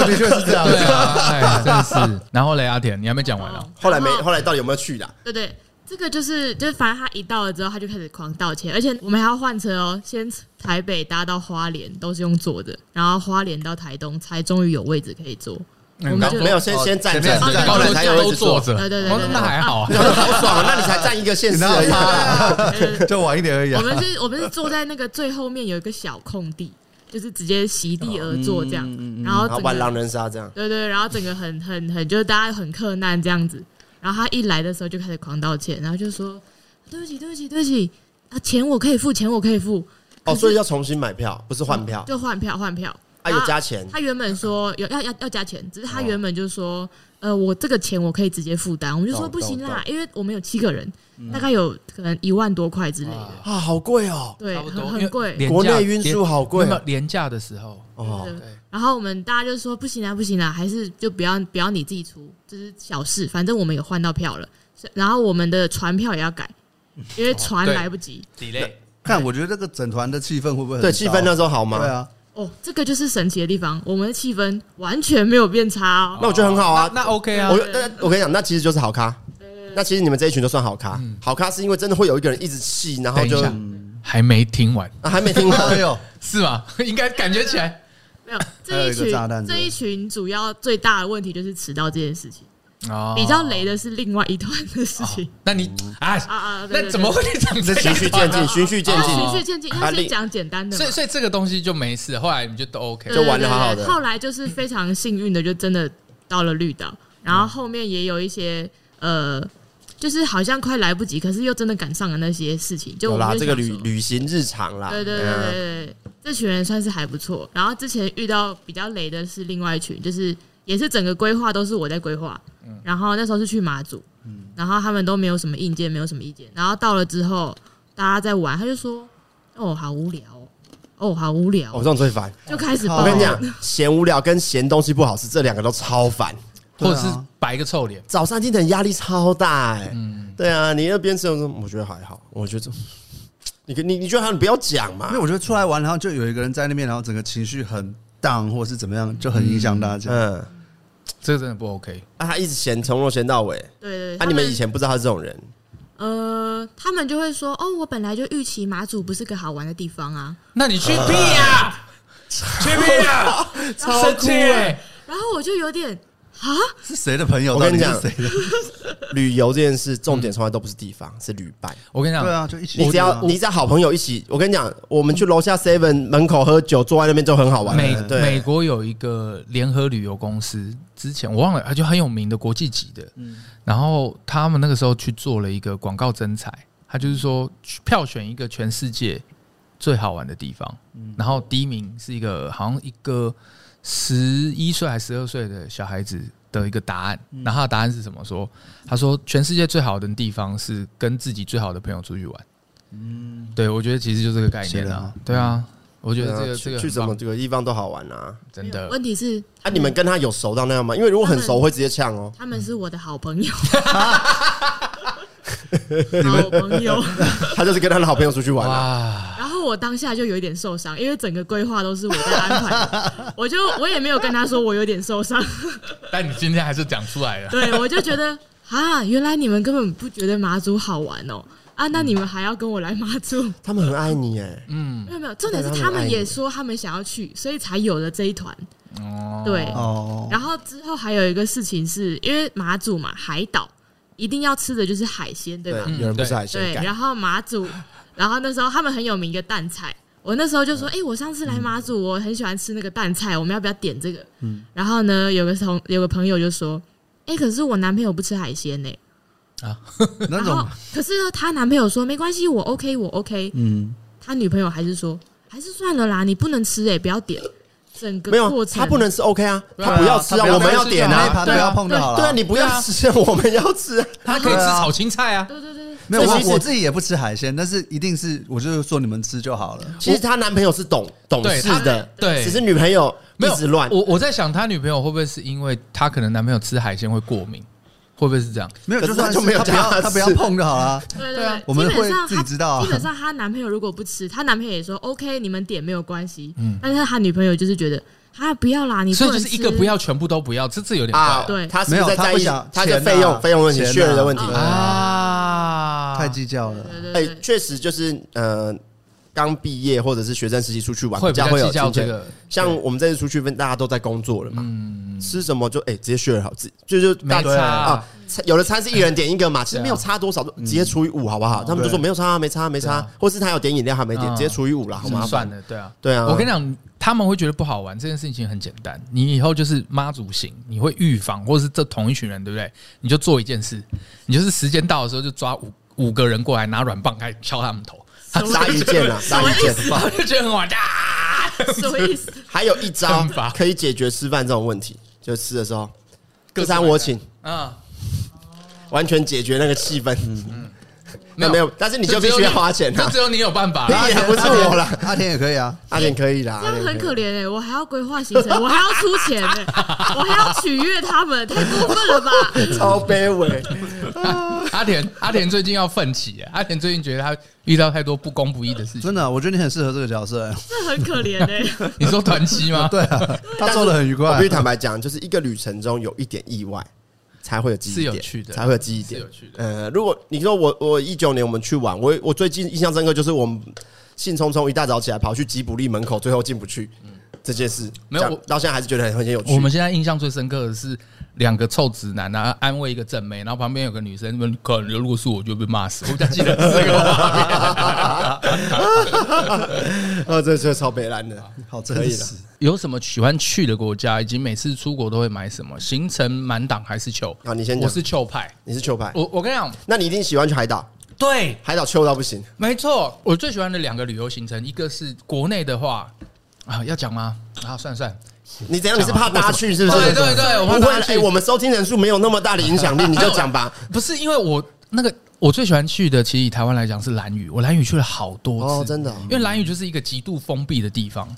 的确是这样。对啊，哎，真是。然后嘞，阿田，你还没讲完啊？后来没然后后来到底有没有去啦？对对，这个就是就是，反正他一到了之后，他就开始狂道歉，而且我们还要换车哦，先台北搭到花莲都是用坐的，然后花莲到台东才终于有位置可以坐。我们刚就没有，先先站前面站站站，站后来才有位都置坐坐。着，对对对对哦对那还好啊你。说好爽啊！那你才站一个县市而已啊。就晚一点而已啊我。们是，我们是坐在那个最后面有一个小空地，就是直接席地而坐这样，然后然后整玩狼个人杀这样，对对，然后整个很很很就是大家很困难这样子。然后他一来的时候就开始狂道歉，然后就说对不起对不起对不起啊，钱我可以付，钱我可以付，哦，所以要重新买票，不是换票就换票换票。啊，有加钱。他原本说有要要要加钱，只是他原本就说，呃，我这个钱我可以直接负担，我们就说懂不行啦懂，因为我们有七个人，大概有可能一万多块之类的，啊，好贵哦！对，差不多很因为很贵。廉价国内运输好贵没有哦廉价的时候，哦对对然后我们大家就说不行啊啦，不行啦，还是就不要不要你自己出，这是小事，反正我们有换到票了。是然后我们的船票也要改，因为船对来不及。 ，delay 但我觉得这个整团的气氛会不会很对，气氛那呢？时候好吗？对啊，哦，这个就是神奇的地方，我们的气氛完全没有变差哦。那我觉得很好啊。那 OK 啊我，那我跟你讲，那其实就是好咖。那其实你们这一群都算好咖。好咖是因为真的会有一个人一直气，然后嗯等一就下还没听完啊还没听完。 哎呦，是吗？ 应该感觉起来没有还这有一一个群炸弹这一群主要最大的问题就是迟到这件事情。哦比较雷的是另外一段的事情哦那你啊，啊啊！对那怎么？会讲这这 循序渐进，循序渐对对进对，循序渐进，啊要另先讲简单的啊嘛所以，。所以这个东西就没事，后来你就都 OK 对就玩得对对好好的对后来就是非常幸运的，就真的到了绿岛，然后后面也有一些呃，就是好像快来不及，可是又真的赶上了那些事情。就有我啦，们就这个想旅说旅行日常啦，对对对嗯对对对，这群人算是还不错。然后之前遇到比较雷的是另外一群，就是也是整个规划都是我在规划，嗯然后那时候是去马祖，然后他们都没有什么意见，没有什么意见。然后到了之后，大家在玩，他就说：“哦，好无聊哦，哦，好无聊我哦、这种最烦。就开始靠抱我怨跟你 讲，嫌无聊跟嫌东西不好吃这两个都超烦。或者是对啊摆一个臭脸，早上精神压力超大哎、嗯对啊，你那边吃有什么？我觉得还好，我觉得你你你觉得还好你不要讲嘛因为，我觉得出来玩，然后就有一个人在那边，然后整个情绪很 down 或是怎么样，就很影响大家。嗯，这个真的不 OK。啊，他一直嫌从头嫌到尾，对对啊，对，他你们以前不知道他是这种人，呃，他们就会说：“哦，我本来就预期马祖不是个好玩的地方啊。”那你去屁啊！去屁啊！生气欸！然后我就有点啊，是谁的朋友？我跟你讲到底是谁旅游这件事重点从来都不是地方，是旅伴。我跟你的？对讲，啊，就一起。你只要你只要好朋友一起，我跟你讲，我们去楼下 Seven 门口喝酒，坐在那边就很好玩美了。美对，啊国有一个联合旅游公司，之前我忘了，它啊就很有名的国际级的。嗯然后他们那个时候去做了一个广告征才，他就是说去票选一个全世界最好玩的地方，嗯然后第一名是一个好像一个十一岁还十二岁的小孩子的一个答案，嗯然后他的答案是什么？说他说全世界最好的地方是跟自己最好的朋友出去玩。嗯，对，我觉得其实就这个概写念得啊好，对啊，我觉得这对啊个这个去去很什么棒这个地方都好玩啊。真的问题是啊，你们跟他有熟到那样吗？因为如果很他熟，们会直接呛哦。他们是我的好朋友，好朋友。他就是跟他的好朋友出去玩啊。哇，然后我当下就有一点受伤，因为整个规划都是我在安排的，我就我也没有跟他说我有点受伤，但你今天还是讲出来了，对我就觉得啊，原来你们根本不觉得马祖好玩哦。啊，那你们还要跟我来马祖？他们很爱你哎，没有没有，重点是他们也说他们想要去，所以才有了这一团。哦，对，哦，然后之后还有一个事情是，因为马祖嘛，海岛一定要吃的就是海鲜，对吧？嗯有人不是海鲜对，感然后马祖，然后那时候他们很有名一个蛋菜，我那时候就说，哎、嗯我上次来马祖，我很喜欢吃那个蛋菜，我们要不要点这个？嗯然后呢，有个同有个朋友就说，哎、可是我男朋友不吃海鲜呢、那然后啊种，可是呢她男朋友说没关系，我 OK，我 OK。嗯，他女朋友还是说，还是算了啦，你不能吃哎、不要点。整个没有过啊，程他不能吃 OK 啊，对啊他不要吃他啊，不我们要吃点那一啊。盘不要碰就好了。对啊，你 不要吃，我们要吃啊。他可以吃对啊炒青菜啊，对对对，没有所以其实我我自己也不吃海鲜，但是一定是我就是说你们吃就好了。其实她男朋友是懂懂对事他的，对只是女朋友一直乱。我我在想，他女朋友会不会是因为他可能男朋友吃海鲜会过敏，会不会是这样？没有，可是就算他就没有他不要加他不要是碰就好了。对对对啊对，我们基本会自上己她知道啊基本上她男朋友如果不吃，她男朋友也说 OK，你们点没有关系。嗯，但是她女朋友就是觉得啊，不要啦，你不所以能就是一个不吃 要，全部都不要，这这有点啊，怪对他是没不是有在他在不意想他的钱啊费用费用问题、钱啊血的问题？啊啊，太计较了。对对哎对，，确实就是呃，刚毕业或者是学生时期出去玩，会比比较较会有计较金钱这。个，嗯像我们这次出去，大家都在工作了嘛，吃什么就哎直接 share 好，自就就大没差啊。餐有的餐是一人点一个嘛，其实对啊没有差多少，就直接除以五好不好？他们就说对没有差啊，没差啊，没差对啊啊，或是他有点饮料还没点，嗯直接除以五啦，好怎么麻算烦。的？对啊，对啊，我跟你讲，他们会觉得不好玩这件事情很简单，你以后就是妈祖行，你会预防，或者是这同一群人，对不对？你就做一件事，你就是时间到的时候就抓五五个人过来拿软棒开始敲他们头，他鲨鱼剑 啊，鲨鱼剑，他就觉得很好玩啊。什么意思？还有一招惩罚可以解决吃饭这种问题，就吃的时候各各自餐我请，嗯，完全解决那个气氛。 没那有没有，但是你就必须要花钱就啊只。有你有办法屁啦。也不是我啦，阿田也可以啊。阿莲可以啦，这样很可怜。怜哎、我还要规划行程，我还要出钱哎、我还要取悦他们，太过分了吧？超卑微，阿田，阿田最近要奋起啊，阿田最近觉得他遇到太多不公不义的事情。真的，我觉得你很适合这个角色、这很可怜哎、 你说团期吗？对啊，他做的很愉我快必须。坦白讲，就是一个旅程中有一点意外，才会有记忆点，是有趣的才会有记忆是点有趣。的呃，如果你说我我一九年我们去玩，我我最近印象深刻就是我们兴冲冲一大早起来跑去吉卜力门口，最后进不去这件事，嗯没有这样我 到现在还是觉得很很有趣。我们现在印象最深刻的是两个臭直男啊，安慰一个正妹，然后旁边有个女生，问：“可能如果是我就被骂死。”我就记得这 个画面。啊，这这超北蓝的，哦好可真以了实。 有什么喜欢去的国家，以及每次出国都会买什么？行程满档还是球？啊你先讲我是球派。你是球派，我我跟你讲，那你一定喜欢去海岛，对，海岛秋到不行。没错，我最喜欢的两个旅游行程，一个是国内的话啊，要讲吗？啊，算了算了，你怎样？你是怕大家去是不是？啊对对对我怕不会大家。去哎，我们收听人数没有那么大的影响力，你 就讲吧。啊不是因为我那个我最喜欢去的，其实以台湾来讲是兰屿，我兰屿去了好多次，哦真的哦因为兰屿就是一个极度封闭的地方。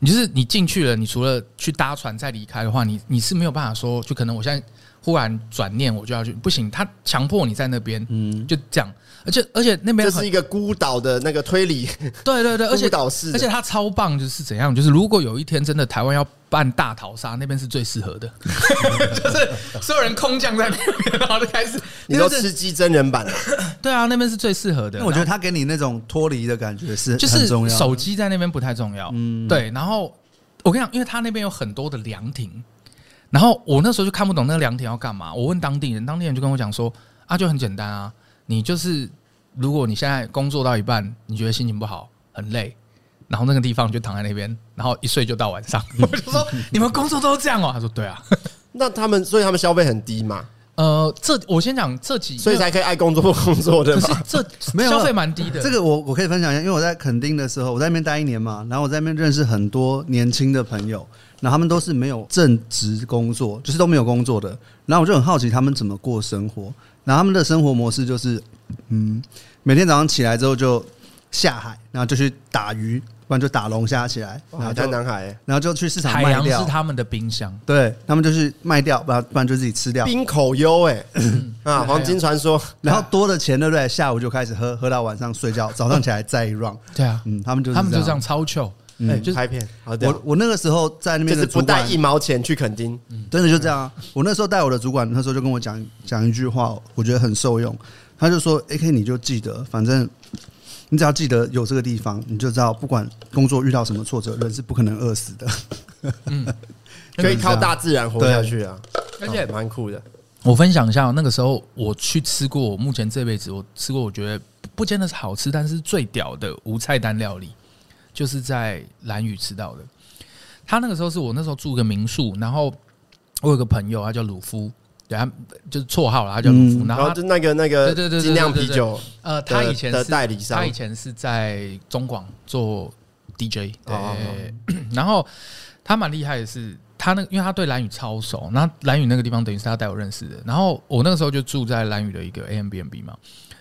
你就是你进去了，你除了去搭船再离开的话，你你是没有办法说，就可能我现在忽然转念我就要去，不行，他强迫你在那边，嗯，就这样，而且而且那边这很是一个孤岛的那个推理， 对对对，而且孤岛式的而且它超棒，就是怎样？就是如果有一天真的台湾要办大逃杀，那边是最适合的， 就是所有人空降在那边，然后就开始，你都那边是吃鸡真人版啊，对啊，那边是最适合的。那我觉得他给你那种脱离的感觉是就很是重要嗯的手机在那边不太重要，对。然后我跟你讲，因为他那边有很多的凉亭，然后我那时候就看不懂那个凉亭要干嘛。我问当地人，当地人就跟我讲说啊，就很简单啊，你就是如果你现在工作到一半，你觉得心情不好，很累。然后那个地方你就躺在那边，然后一睡就到晚 上。我就说你们工作都是这样哦、他说对啊，那他们所以他们消费很低嘛，呃，这我先讲这几，所以才可以爱工作不工作的可 嘛。是这没有消费蛮低的。这个我我可以分享一下，因为我在垦丁的时候，我在那边待一年嘛，然后我在那边认识很多年轻的朋友，然后他们都是没有正职工作，就是都没有工作的，然后我就很好奇他们怎么过生活，然后他们的生活模式就是，嗯，每天早上起来之后就下海，然后就去打鱼，不然就打龙虾起来，然海后滩就男孩然后就去市场海卖洋是掉，他们的冰箱，对他们就是卖掉，不然不然就自己吃掉，冰口优哎嗯啊，黄金传说然后多的钱对不对？下午就开始喝，喝到晚上睡觉，早上起来再一 round， 对啊，嗯，他们就是嗯他们就这样超糗。哎，就是拍片好啊屌我我那个时候在那就边是的不主带管一，毛钱去垦丁，嗯真的就这样啊。我那时候带我的主管，那时候就跟我讲讲一句话，我觉得很受用。他就说：“A K，你就记得，反正你只要记得有这个地方，你就知道，不管工作遇到什么挫折，人是不可能饿死的。可以靠大自然活下去啊，而且啊蛮酷的。我分享一下，那个时候我去吃过，我目前这辈子我吃过，我觉得不不见得是好吃，但是最屌的无菜单料理，就是在兰屿吃到的。他那个时候是我那时候住个民宿，然后我有个朋友，他叫鲁夫，对他就是绰号了，他叫鲁夫。嗯然然后后他就那个那个对对对对精酿啤酒呃，他以前的是代理商他以前是在中广做 DJ，对，哦 然后他蛮厉害的是，他那因为他对蓝宇超熟，那蓝宇那个地方等于是他带我认识的，然后我那个时候就住在蓝宇的一个 a m b n b 嘛，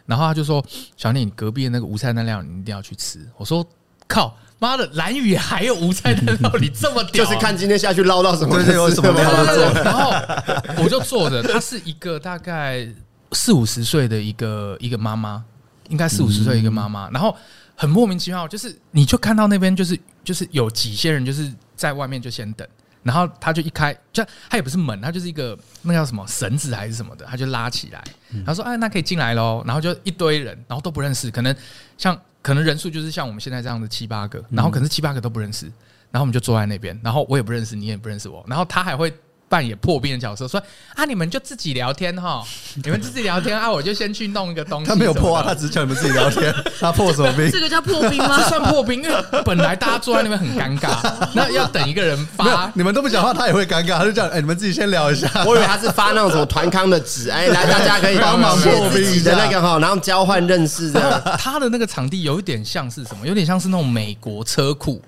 然后他就说：“小聂，你隔壁的那个无菜单料理你一定要去吃。”我说：“靠，妈的，蓝宇还有无菜单 料理这么屌就啊、是看今天下去捞到什么，对对有什么是吗料对对对然后我就坐着，她是一个大概四五十岁的一个一个妈妈，应该四五十岁的一个妈妈，然后很莫名其妙，就是你就看到那边就是就是有几些人就是在外面就先等。然后他就一开，就他也不是门，他就是一个那个叫什么绳子还是什么的，他就拉起来，嗯然后说：“哎，那可以进来喽。”然后就一堆人，然后都不认识，可能像可能人数就是像我们现在这样的七八个，嗯然后可能是七八个都不认识，然后我们就坐在那边，然后我也不认识你，也不认识我，然后他还会扮演破冰的角色，说啊，你们就自己聊天 哈，你们自己聊天啊，我就先去弄一个东西。他没有破啊，什他么的只是叫你们自己聊天，他破什么冰？这个叫破冰吗 这？算破冰，因为本来大家坐在那边很尴 尬，那要等一个人没有发，。你们都不讲话，他也会尴尬。他就这样，哎、你们自己先聊一下。 我以为他是发那种什么团康的纸，哎，来大家可以帮忙写破冰自己一的下那个哈，然后交换认识这样。 他的那个场地有一点像是什么？有点像是那种美国车库，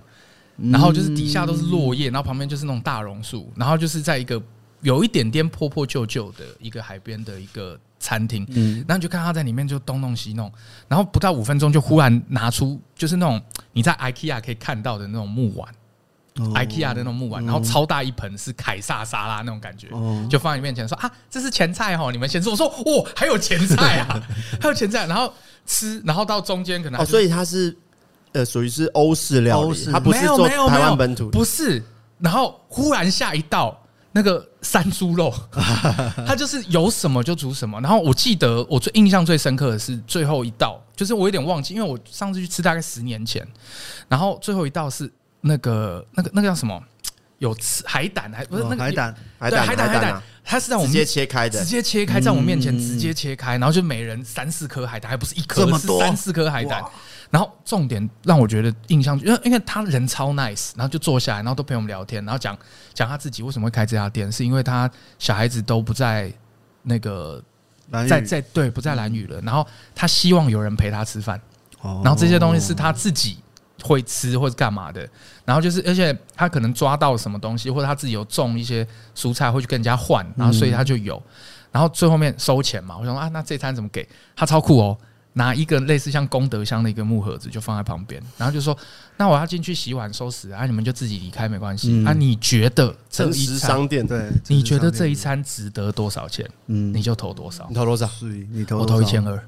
然后就是底下都是嗯落叶，然后旁边就是那种大榕树，然后就是在一个有一点点破破旧旧的一个海边的一个餐厅，嗯然后你就看他在里面就东弄西弄，然后不到五分钟就忽然拿出就是那种你在 IKEA 可以看到的那种木碗。IKEA 哦的那种木碗，然后超大一盆是凯撒沙拉那种感觉，哦就放在你面前说啊，这是前菜哦，你们先吃。我说哦，还有前菜啊， 还有前菜，然后吃，然后到中间可能哦，还是所以它是呃属于是欧式料欧理，式它不是没有做没有台没有湾本土的。不是。然后忽然下一道那个山猪 肉，它就是有什么就煮什么。然后我记得我最印象最深刻的是最后一道，就是我有点忘记，因为我上次去吃大概十年前，然后最后一道是那个那个那个叫什么有吃海胆，还不是哦那个海胆，海对胆海胆海海胆胆啊，它是在我直们接切开的嗯直，接切开，在我面前直接切开，然后就每人三四颗海胆，还不是一颗这，么是多三四颗海胆。然后重点让我觉得印象，因为因为他人超 nice，然后就坐下来，然后都陪我们聊天，然后讲讲他自己为什么会开这家店，是因为他小孩子都不在那个蓝屿在在对不在蓝屿了，然后他希望有人陪他吃饭，哦然后这些东西是他自己会吃或者干嘛的，然后就是而且他可能抓到什么东西，或者他自己有种一些蔬菜会去跟人家换，然后所以他就有，然后最后面收钱嘛，我想说啊，那这餐怎么给？他超酷哦，拿一个类似像功德箱的一个木盒子就放在旁边，然后就说那我要进去洗碗收拾啊，你们就自己离开没关系、嗯啊，你觉得这诚一实餐商店，对，你觉得这一次餐值得多少钱，嗯你就投多少你，投多少？所以你投我多投一少千二，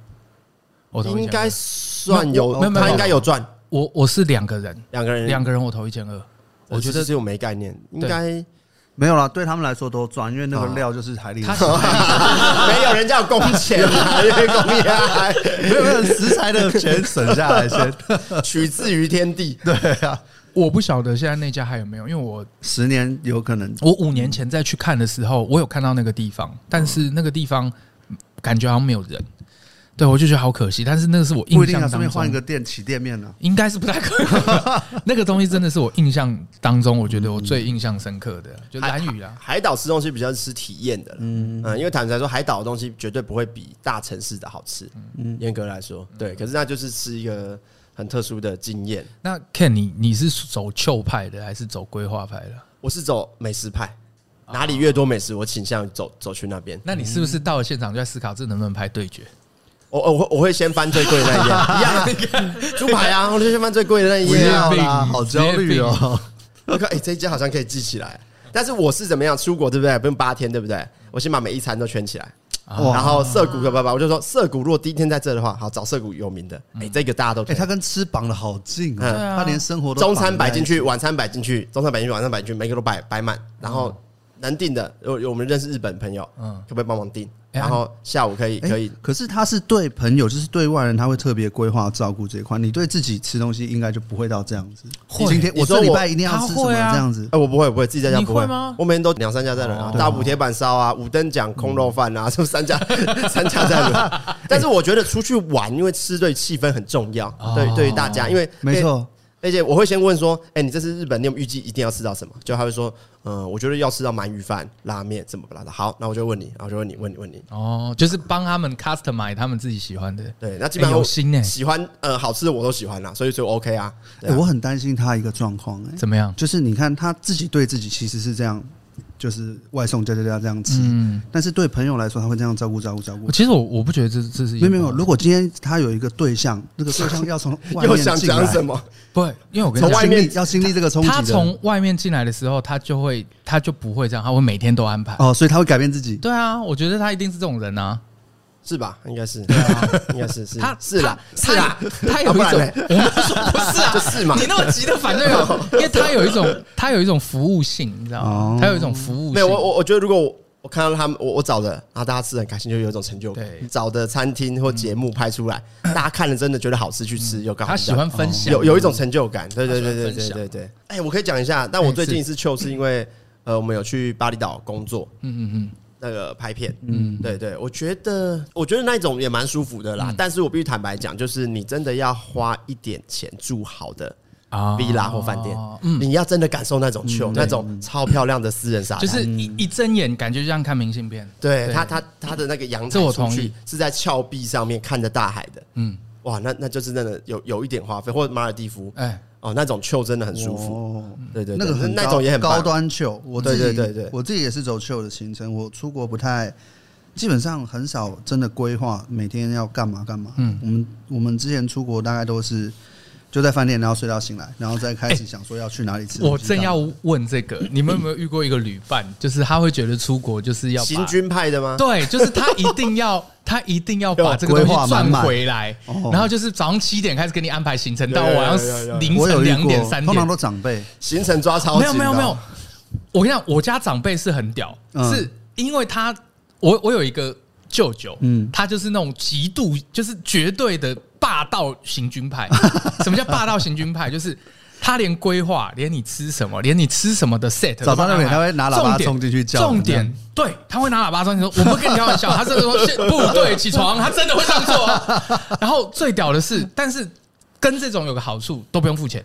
我投一应千该二，算没有有没有，没有他应该有赚我我是两个人。两个人，两个人我投一千二，我觉得是我没概念，应该 没有啦，对他们来说都赚，因为那个料就是海里的哦他食材没有人家有工钱啊，因为工业 啊没有没有食材的钱省下来先。取自于天地，对啊，我不晓得现在那家还有没有，因为我十年有可能我五年前再去看的时候，我有看到那个地方，但是那个地方嗯感觉好像没有人，对我就觉得好可惜。但是那个是我不一印定象啊，顺当便换一中个，店起店面呢。应该是不太可能。那个东西真的是我印象当中，我觉得我最印象深刻 的，就蓝雨啊，海岛吃东西比较吃体验的啦，嗯因为坦白说，海岛的东西绝对不会比大城市的好吃，严格来说，对，可是那就是吃一个很特殊的经验。那 Ken，你你是走旧派的还是走规划派的？我是走美食派，哪里越多美食，我倾向走走去那边。那你是不是到了现场就在思考这能不能拍对决？我我会我会先翻最贵的那一页，一样啊，猪排啊，我就先翻最贵的那一页啊。直接被啦，好焦虑哦。我看，哎、这一家好像可以记起来。但是我是怎么样出国，对不对？不用八天，对不对？我先把每一餐都圈起来，哇然后涩谷可不吧？我就说涩谷，如果第一天在这的话，好找涩谷有名的，哎、这个大家都哎，推。他跟吃绑的好近嗯对啊啊，他连生活都中餐摆进绑去，晚餐摆进去，中餐摆进去，晚餐摆进去，每个都摆摆满。然嗯后能订的，有有我们认识日本朋友，嗯嗯，可不可以帮忙哎订？然后下午可以在一起。可以哎，可是他是对朋友，就是对外人，他会特别规划照顾这一块。你对自己吃东西应该就不会到这样子。会你今天你我说这礼我拜一定要他吃什么会啊这样子？哎、我不会，我不会，自己在家你不会会吗我每天都两三家在轮啊，大埔铁板烧啊，五灯奖空肉饭啊，是不是三家 三家在轮？但是我觉得出去玩，因为吃对气氛很重要，对对于大家，因为没。错，而且我会先问说，哎、你这次日本，你有没有预计一定要吃到什么？就他会说，嗯、我觉得要吃到鳗鱼饭、拉面，怎么不拉的？好，那我就问你，啊然后我就问你，问你，问你。哦，就是帮他们 customize 他们自己喜欢的。对，那基本上哎有我心哎喜欢呃好吃的我都喜欢啦，所以就 OK 啊。对哎啊我很担心他一个状况，哎，怎么样？就是你看他自己对自己其实是这样，就是外送加加加这样吃，嗯，但是对朋友来说他会这样照顾照顾照顾我。其实我我不觉得这这是一没个有没有，不好如果今天他有一个对象，那个对象要从 外又面想进来讲，什么？不会，因为我跟你要从讲外，面经历要经历这个冲击的。他从外面进来的时候，他就会他就不会这样，他会每天都安排。嗯哦，所以他会改变自己。对啊，我觉得他一定是这种人啊。是吧？应该是，对啊，应该是是他嗯是啦他是啦，他有一啊不然种嘞，我们说不是啊， 就是嘛你那么急的反对我，因为他有一种他有一种服务性，你知道吗哦？他有一种服务性。没有，我我我觉得如果我我看到他们，我我找的，然后大家吃得很开心，就有一种成就感对。嗯找的餐厅或节目拍出来，大家看了真的觉得好吃，去吃又刚好他喜欢分享，有有一种成就感。对对对他喜对欢分对享对对。哎，我可以讲一下，但我最近一次去是因为呃，我们有去巴厘岛工作，嗯嗯嗯，那个拍片，嗯，对对，我觉得我觉得那种也蛮舒服的啦。嗯但是我必须坦白讲，就是你真的要花一点钱住好的啊 villa 或饭店，嗯，你要真的感受那种 chill，、那种超漂亮的私人沙滩，就是一一睁眼感觉就像看明信片。对对他他他的那个阳台这我出同去意是在峭壁上面看着大海的，嗯，哇，那那就是真的有有一点花费，或者马尔蒂夫哎，哦，那种 chill 真的很舒服，呃哦对对对，那个很那种也很棒高，端球，我自己对对对对我自己也是走球的行程。我出国不太，基本上很少真的规划每天要干嘛干嘛。嗯嗯，我们我们之前出国大概都是就在饭店，然后睡到醒来，然后再哎开始想说要去哪里吃。我正要问这个，你们有没有遇过一个旅伴，就是他会觉得出国就是要把行军派的吗？对，就是他一 定要，他一定要把这个规东划西满赚满回来哦，然后就是早上七点开始给你安排行程，到有有有晚有有有上凌我有晨遇两点过，三通常点都。长辈行程抓超没紧有的，没有没有，我跟你讲，我家长辈是很屌，嗯是因为他，我我有一个舅舅，嗯嗯，他就是那种 极度，就是绝对的霸道行军派。什么叫霸道行军派？就是他连规划，连你吃什么，连你吃什么的 set，早上六点他会拿喇叭重点冲进去叫你重点对，他会拿喇叭冲进去说：“我不跟你开玩笑。”他真的说：“现不对，起床。”他真的会这样做哦。 然后最屌的是，但是跟这种有个好处，都不用付钱，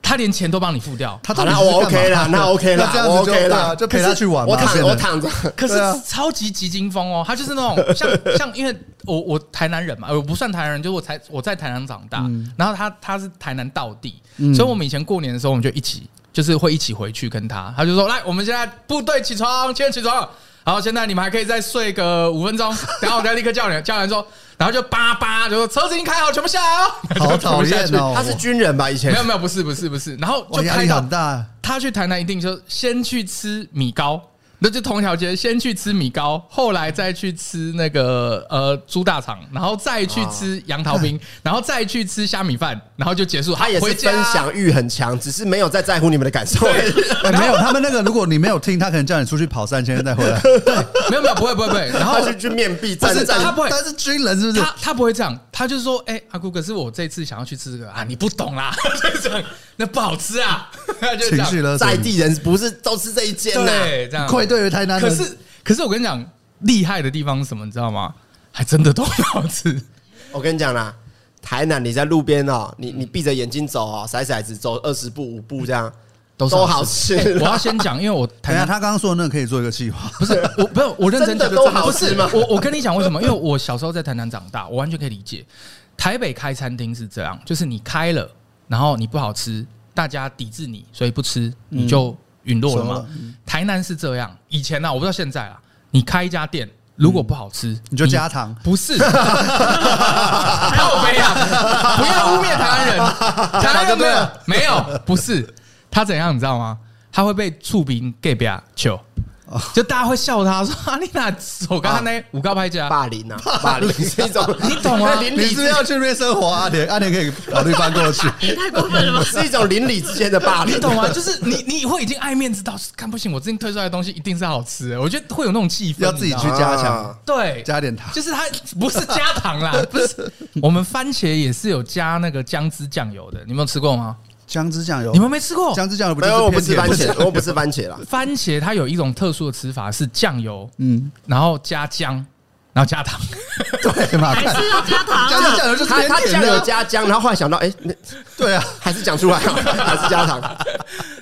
他连钱都帮你付掉。他好到底啦，是我干嘛 OK 啦，那 OK 啦那，这样我子就 OK 对啦，啊就陪他去玩嘛我躺现着，在我躺着， 可对啊是超级急惊风哦，他就是那 种像像，因为我我台南人嘛，呃我不算台南人，就是我才我在台南长大，嗯然后他他是台南道地，所以我们以前过年的时候我们就一起，就是会一起回去跟他，他就说来，我们现在部队起床，现在起床，然后现在你们还可以再睡个五分钟，然后我再立刻叫人，叫人说，然后就叭叭就说车子已经开好，全部下来哦，好全部讨下厌去哦！他是军人吧？以 前没有没有不是不是不是，然后我就哦压开力到很 大，他去台南一定就先去吃米糕，那就同条街先去吃米糕，后来再去吃那个呃猪大肠，然后再去吃杨桃冰，然后再去吃虾米饭，然后就结束。他也是回家分享欲很强，只是没有在在乎你们的感受而已。哎没有他们那个，如果你没有听，他可能叫你出去跑三千再回 来。没有没有不会不会不会，然后他去去面壁，不站是站他不会。但是军人是不是？他他不会这样，他就说：“哎、阿姑，可是我这次想要去吃这个啊，你不懂啦， 就是这样，那不好吃啊， 就这情样绪勒索在，地人，不是都是这一间呐？对，这样愧对于台南人。嗯可是，可是我跟你讲，厉害的地方是什么？你知道吗？还真的都很好吃。我跟你讲啦，台南你在路边哦，你你闭着眼睛走哦，骰骰子走二十步五步这样，都是都好好吃吃欸我啦。要先讲，因为我台 等一下，南他刚刚说的那个可以做一个计划，不是我，不是我认真讲，真的都好不是吃吗我我跟你讲为什么？因为我小时候在台南长大，我完全可以理解。台北开餐厅是这样，就是你开了，然后你不好吃，大家抵制你，所以不吃，嗯你就陨落了熟嘛了。台南是这样，以前呢、啊，我不知道现在啊，你开一家店。如果不好吃， 嗯你就加糖 不是，靠背啊！不要污蔑台 湾人，台啊湾人没有没有，不是他怎样，你知道吗？他会被触屏 gay 表球，哦就大家会笑他说：“啊，你哪手刚啊那五告拍家霸凌啊，霸凌是一种，你懂吗 邻你里是不之是要去瑞生活啊？连阿莲可以考虑搬过去。 也太过分了 吧？是一种邻里之间的霸凌，你懂吗？就是你你会已经爱面子到，看不行，我最近推出来的东西一定是好吃的，我觉得会有那种气氛，要自己你知道吗去加强啊对加点糖就是它不是加糖 啦，不是我们番茄也是有加那个姜汁酱油的，你们有吃过吗？姜汁酱油，你们没吃过？哦姜汁酱油不没有，我不就是吃偏番甜 茄，我不吃番茄啦。番茄它有一种特殊的吃法是酱油，嗯，然后加姜，然后加糖。 对嘛？还是要加糖姜汁啊？酱油就是他偏他甜酱油的啊，加姜，然后后来想到，哎，那对啊，还是讲出来好， 还是加糖。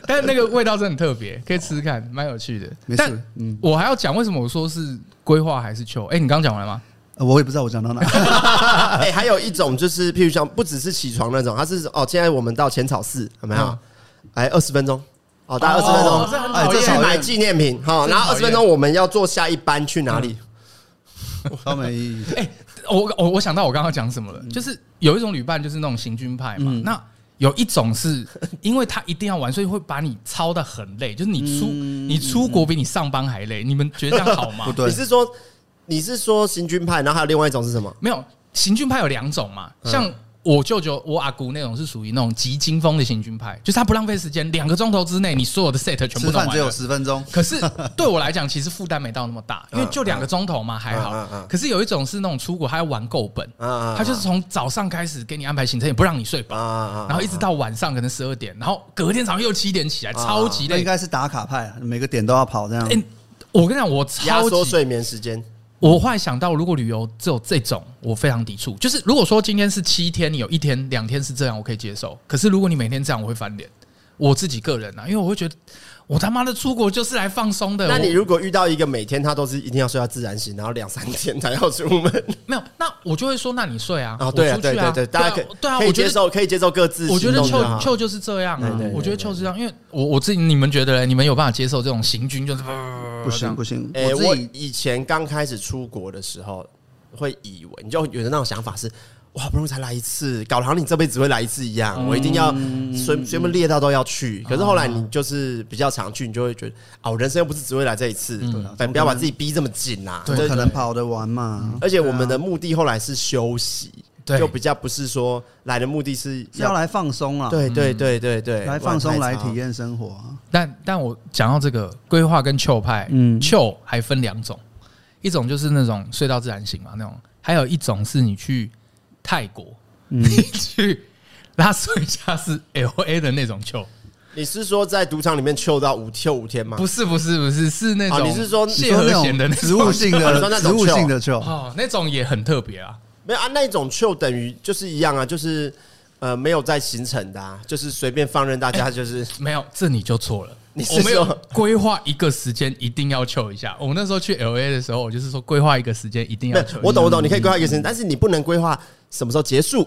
但是那个味道真的很特别，可以吃吃看，蛮有趣的。没事但嗯我还要讲为什么我说是规划还是球？哎、你刚刚讲完了吗？呃我也不知道我讲到哪。哎、还有一种就是，譬如像不只是起床那种，它是哦，现在我们到浅草寺有没有嗯？哎、二十分钟，哦，大概二十分哦这钟，很哎讨这去讨厌。厌买纪念品这哈、很讨厌嗯然后二十分钟我们要坐下一班去哪里？超没意义。哎我我我想到我刚刚讲什么了，就是有一种旅伴就是那种行军派嘛，嗯那。有一种是 因为他一定要玩，所以会把你操的很累。就是你出、你出国比你上班还累，你们觉得这样好吗？嗯 不对你是说你是说行军派，然后还有另外一种是什么？没有行军派有两种嘛，像我舅舅、我阿姑那种是属于那种急惊风的行军派，就是他不浪费时间，两个钟头之内你所有的 set 全部吃弄饭完只有了。十分钟，可是对我来讲，其实负担没到那么大，因为就两个钟头嘛，还嗯嗯好嗯。可是有一种是那种出国，他要玩够本，啊啊啊他就是从早上开始给你安排行程，也不让你睡啊饱，啊然后一直到晚上可能十二点，然后隔天早上又七点起来，超级那累应。该是打卡派啊，每个点都要跑这样。哎，我跟你讲，我压超缩级睡眠时间，我后来想到，如果旅游只有这种，我非常抵触。就是如果说今天是七天，你有一天、两天是这样，我可以接受。可是如果你每天这样，我会翻脸。我自己个人啊，因为我会觉得，我他妈的出国就是来放松的。那你我如果遇到一个每天他都是一定要睡到自然醒，然后两三天才要出门，没有，那我就会说，那你睡啊，哦，对我啊，出去对对啊对，大家可对以啊，对啊，可我以觉接得受，可以接受各自我觉行得动就秋好。秋就是这样啊对对，对我觉得秋是这样，因为我我自己你们觉得嘞？你们有办法接受这种行军就是不行不行，哎、我我自己以前刚开始出国的时候，会以为你就有的那种想法是，我好不容易才来一次，搞得好像你这辈子只会来一次一样，我一定要嗯随随便列到都要去。可是后来你就是比较常去，你就会觉得啊，我人生又不是只会来这一次，嗯对，啊不要把自己逼这么紧呐、啊。怎么可能跑得完嘛？而且我们的目的后来是休息，对就比较不是说来的目的是是要。来放松啊，对对对对对，来放松，来体验。验生活啊。但但我讲到这个规划跟旧派，嗯，嗯旧还分两种，一种就是那种睡到自 然醒嘛那种，还有一种是你去泰国，你去拉斯维加斯 L A 的那种啊球，你是说在赌场里面秀到五秀五天吗？不是不是不是是那种，哦你是说谢和弦的那植物种性 哦你说那的植种物 chill 性的球，哦，那种也很特别啊。没有啊，那种秀等于就是一样啊，就是呃没有在行程的、啊，就是随便放任大 家，就是、没有，这你就错了。你是我没有说规划一个时间一定要求一下。我那时候去 L A 的时候，我就是说规划一个时间一定没要有求。。我懂我懂，你可以规划一个嗯时间，但是你不能规划什么时候结束。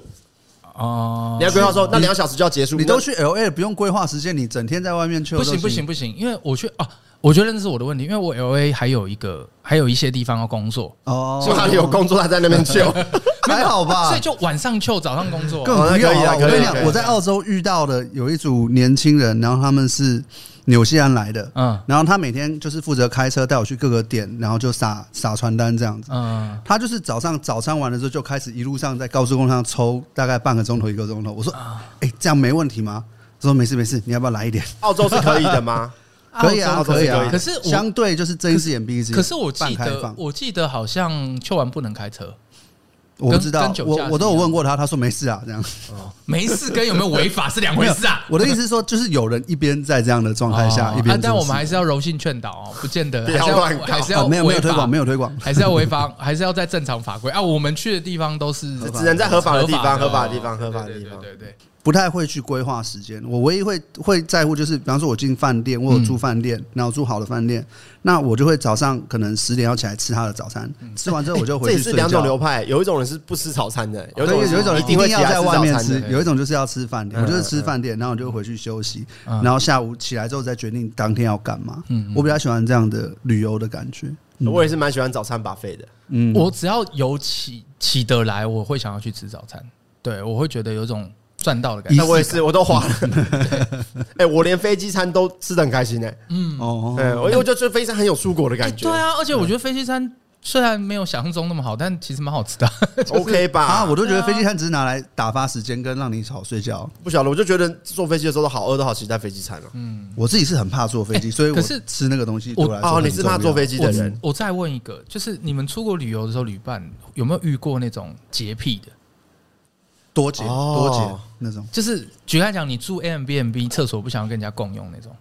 哦你，要规划说那两小时就要结束，嗯你都那 去 L A 不用规划时间，你整天在外面去不行不行，不行，因为我去啊，我觉得那是我的问题，因为我 L A 还有一个还有一些地方要工作， 哦，说他有工作，他在那边秀， 还好吧所以就哦晚上去，早上工作。更不那用可以啊了。我可跟以你啊可以讲，啊我在澳洲遇到的有一组年轻人，然后他们是纽西兰来的，嗯然后他每天就是负责开车带我去各个点，然后就撒撒传单这样子。嗯，他就是早上早餐完了之后就开始一路上在高速公路上抽大概半个钟头一个钟头。我说，啊哎、这样没问题吗？他说没事没事，你要不要来一点？澳洲是可以的吗？可以啊，澳洲可以啊。可是我相对就是睁一只眼闭一只眼。可是我记半开得放，我记得好像去完不能开车，我不知跟道跟，酒驾我是我都有一样问过他，他说没事啊，这样。没事跟有没有违法是两回 事啊。我的意思是说，就是有人一边在这样的状态下，哦一边啊做事、但我们还是要柔性劝导哦，不见得不要还是乱搞还是啊要没有没有违法推广，没有推广。还是要违法，还是要在正常法规啊。我们去的地方都是合法只能在合法的地方，合合法法的地方，合对法的对地对方。对对，不太会去规划时间。我唯一会会在乎就是，比方说我进饭店，我有住饭嗯店，然后住好的饭店，那我就会早上可能十点要起来吃他的早餐，嗯吃完之后我就哎这回也去是睡两种觉。流派，有一种人是不吃早餐的，有一对种人是有一种一人定定会起要来在外面吃早餐，的有一种就是要吃饭店。嗯我就是吃饭店，然后我就回去休息，嗯然后下午起来之后再决定当天要干嘛嗯嗯。我比较喜欢这样的旅游的感觉。我也是蛮喜欢早餐把费的。嗯，我只要有起起得来，我会想要去吃早餐。对，我会觉得有种赚到的感仪那觉。式我也是，我都花 了。 哎，我连飞机餐都吃的很开心哎。哦，嗯，我因为我就觉得飞机餐很有出国的哎感觉对。啊，而且我觉得飞机餐虽然没有想象中那么好，但其实蛮好吃 的。 OK 吧啊，？我都觉得飞机餐只是拿来打发时间跟让你好睡觉。不晓得，我就觉得坐飞机的时候都好饿，都好期待飞机餐了。哦我自己是很怕坐哎飞机，所以我可是吃那个东西对我来说哦，很你是怕重要坐飞机的人？我再问一个，就是你们出国旅游的时候，旅伴有没有遇过那种洁癖的？多解哦多解那种。就是举例来讲，你住 a m b n b 厕所不想要跟人家共用那种。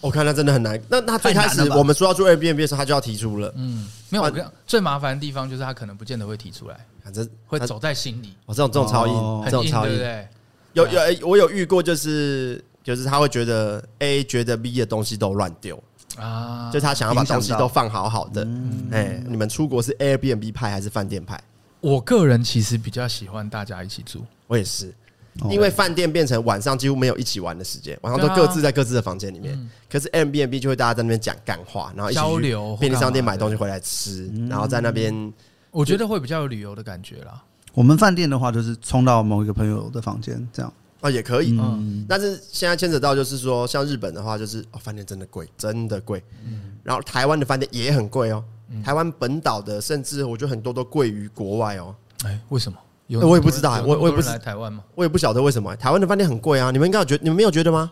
我看他真的很难。那那最开太始难了吧我们说要做 Airbnb 的时候，他就要提出了，嗯，没有。我跟你讲最麻烦的地方就是他可能不见得会提出来，反正会。走在心里，我这种这种哦超硬，这很种硬，超对不硬。对？有有，哎我有遇过，就是就是他会觉得 A 觉得 B 的东西都乱丢，啊，就是他想要把影响东西到都放好好的。哎，你们出国是 Airbnb 派还是饭店派？我个人其实比较喜欢大家一起住，我也是，哦因为饭店变成晚上几乎没有一起玩的时间，晚上都对啊嗯各自在各自的房间里面。可是 M B N B 就会大家在那边讲干话，然后一起去交流啊或便利商店干嘛买东西回来吃，然后在那边我觉得会比较有旅游的感觉啦。我们饭店的话，就是冲到某一个朋友的房间这样。哦也可以。嗯但是现在牵扯到就是说，像日本的话，就是哦饭店真的贵，真的贵。嗯然后台湾的饭店也很贵哦，台湾本岛的甚至我觉得很多都贵于国外哦。哎，为什么？有哎我也不知道有那么多人我我也不有那么多人知来台湾吗？我也不晓得为什么台湾的饭店很贵啊，你们应该有觉，你们没有觉得吗？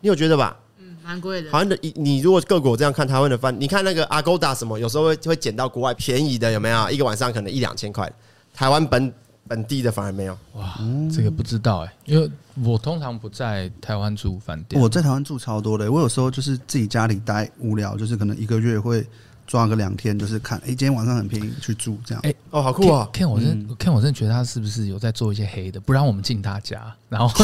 你有觉得吧？嗯，蛮贵的好。像的，你你如果各国这样看台湾的饭，你看那个 Agoda 什么，有时候会会捡到国外便宜的，有没有？一个晚上可能一两千块，台湾本本地的反而没有。哇，这个不知道哎，因为我通常不在台湾住饭店。我在台湾住超多的，我有时候就是自己家里待无聊，就是可能一个月会抓个两天，就是看，哎、今天晚上很便宜，去住这样。哎哦，好酷 Ken 啊！ Ken，我真 Ken，我真的觉得他是不是有在做一些黑的，不让我们进他家，然后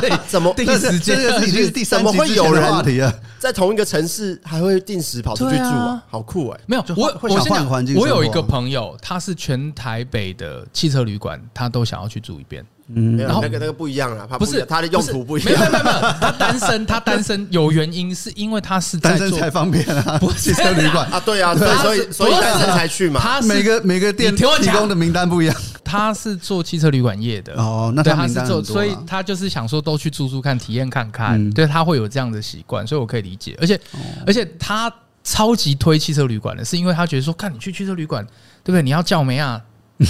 对怎么第一但是时间这个是已经是第三怎集么会之前有人的话题了。在同一个城市还会定时跑出去住对啊啊，好酷哎、没有就，我会我想先换讲环境我有生一个活朋友，他是全台北的汽车旅馆，他都想要去住一遍。嗯没嗯有然后那个那个不一样啊，它不一是样它的用途不一没有没样。有没有，他单身，他单身有原因，是因为他是在单身做才方便啊，不是汽车旅馆，啊，对啊， 所以所以所以不是单身才去嘛。他是每个每个店你听我提讲供的名单不一样。他是做汽车旅馆业的哦那对他他名是单做，很多所以啦他就是想说都去住住看，体验看看，嗯哦对他会有这样的习惯，所以我可以理解。而且、而且他超级推汽车旅馆的，是因为他觉得说，看你去汽车旅馆，对不对？你要叫梅啊，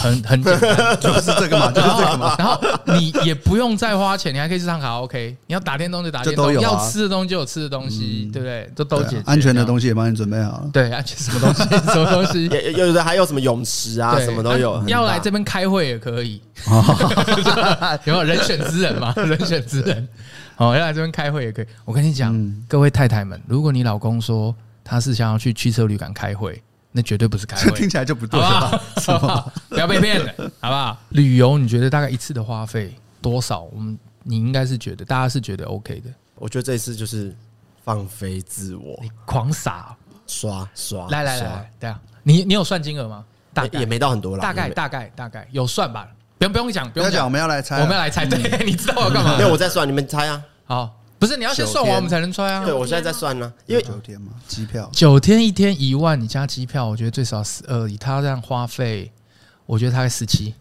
很很简单， 就是这个嘛，就是这个嘛。然后你也不用再花钱，你还可以去唱卡拉 OK，你要打电动就打电这动，都有啊要吃的东西就有吃的东西，对不对？都都对啊解决安全的西，东西也帮你准备好了。对安全什么东西什么东西。也有的还有什么泳池啊，对什么都有啊。很要大来这边开会也可 以，哦有没有人选之人嘛？人选之 人，好、要来这边开会也可以。我跟你讲，嗯各位太太们，如果你老公说他是想要去汽车旅馆开会，那绝对不是开这会，听起来就不对好了不吧好？好不好？ 不要被骗了，好不好？旅游你觉得大概一次的花费多少？我们你应该是觉得，大家是觉得 OK 的。我觉得这一次就是放飞自我，你狂撒，刷刷，来来来刷来，这样，你你有算金额吗？大概也也没到很多了，大概也没大概大概有算吧，不用不用讲，不不要用讲，我讲，们要来猜我啊，们要来猜，对， 你知道我要干嘛没？有我在算，你们猜啊？好，不是你要先算嗯九完天我们才能猜啊对，。我现在在算呢，因为九天嘛，机票九天一天一万，你加机票，我觉得最少十二，以他这样花费，我觉得大概十七，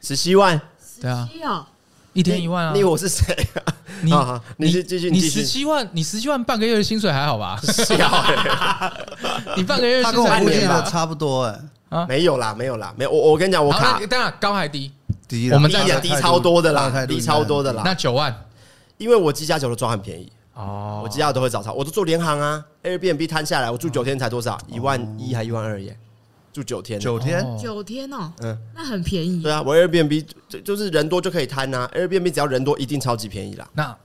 十七万，对啊，需要一天一万啊。你我是谁 啊？你好好你继继续你继续十七万，你十七万半个月的薪水还好 吧？笑欸你半个月他薪跟水我还估计好的吧差不多哎， 没有啦，没有啦，没有。我我跟你讲，我好卡那当然高还低，第一啦，我们低再也讲低超多的啦，态度低超多的啦。嗯那九万因为我机加酒的抓很便宜，哦嗯我机加酒都会找超，我都住联航啊，Airbnb 摊下来，我住九天才多少？一万哦一还一万二耶，住九天。九天九天哦，嗯那很便宜欸对。啊，我 Airbnb 就就是人多就可以摊啊，Airbnb 只要人多一定超级便宜啦。那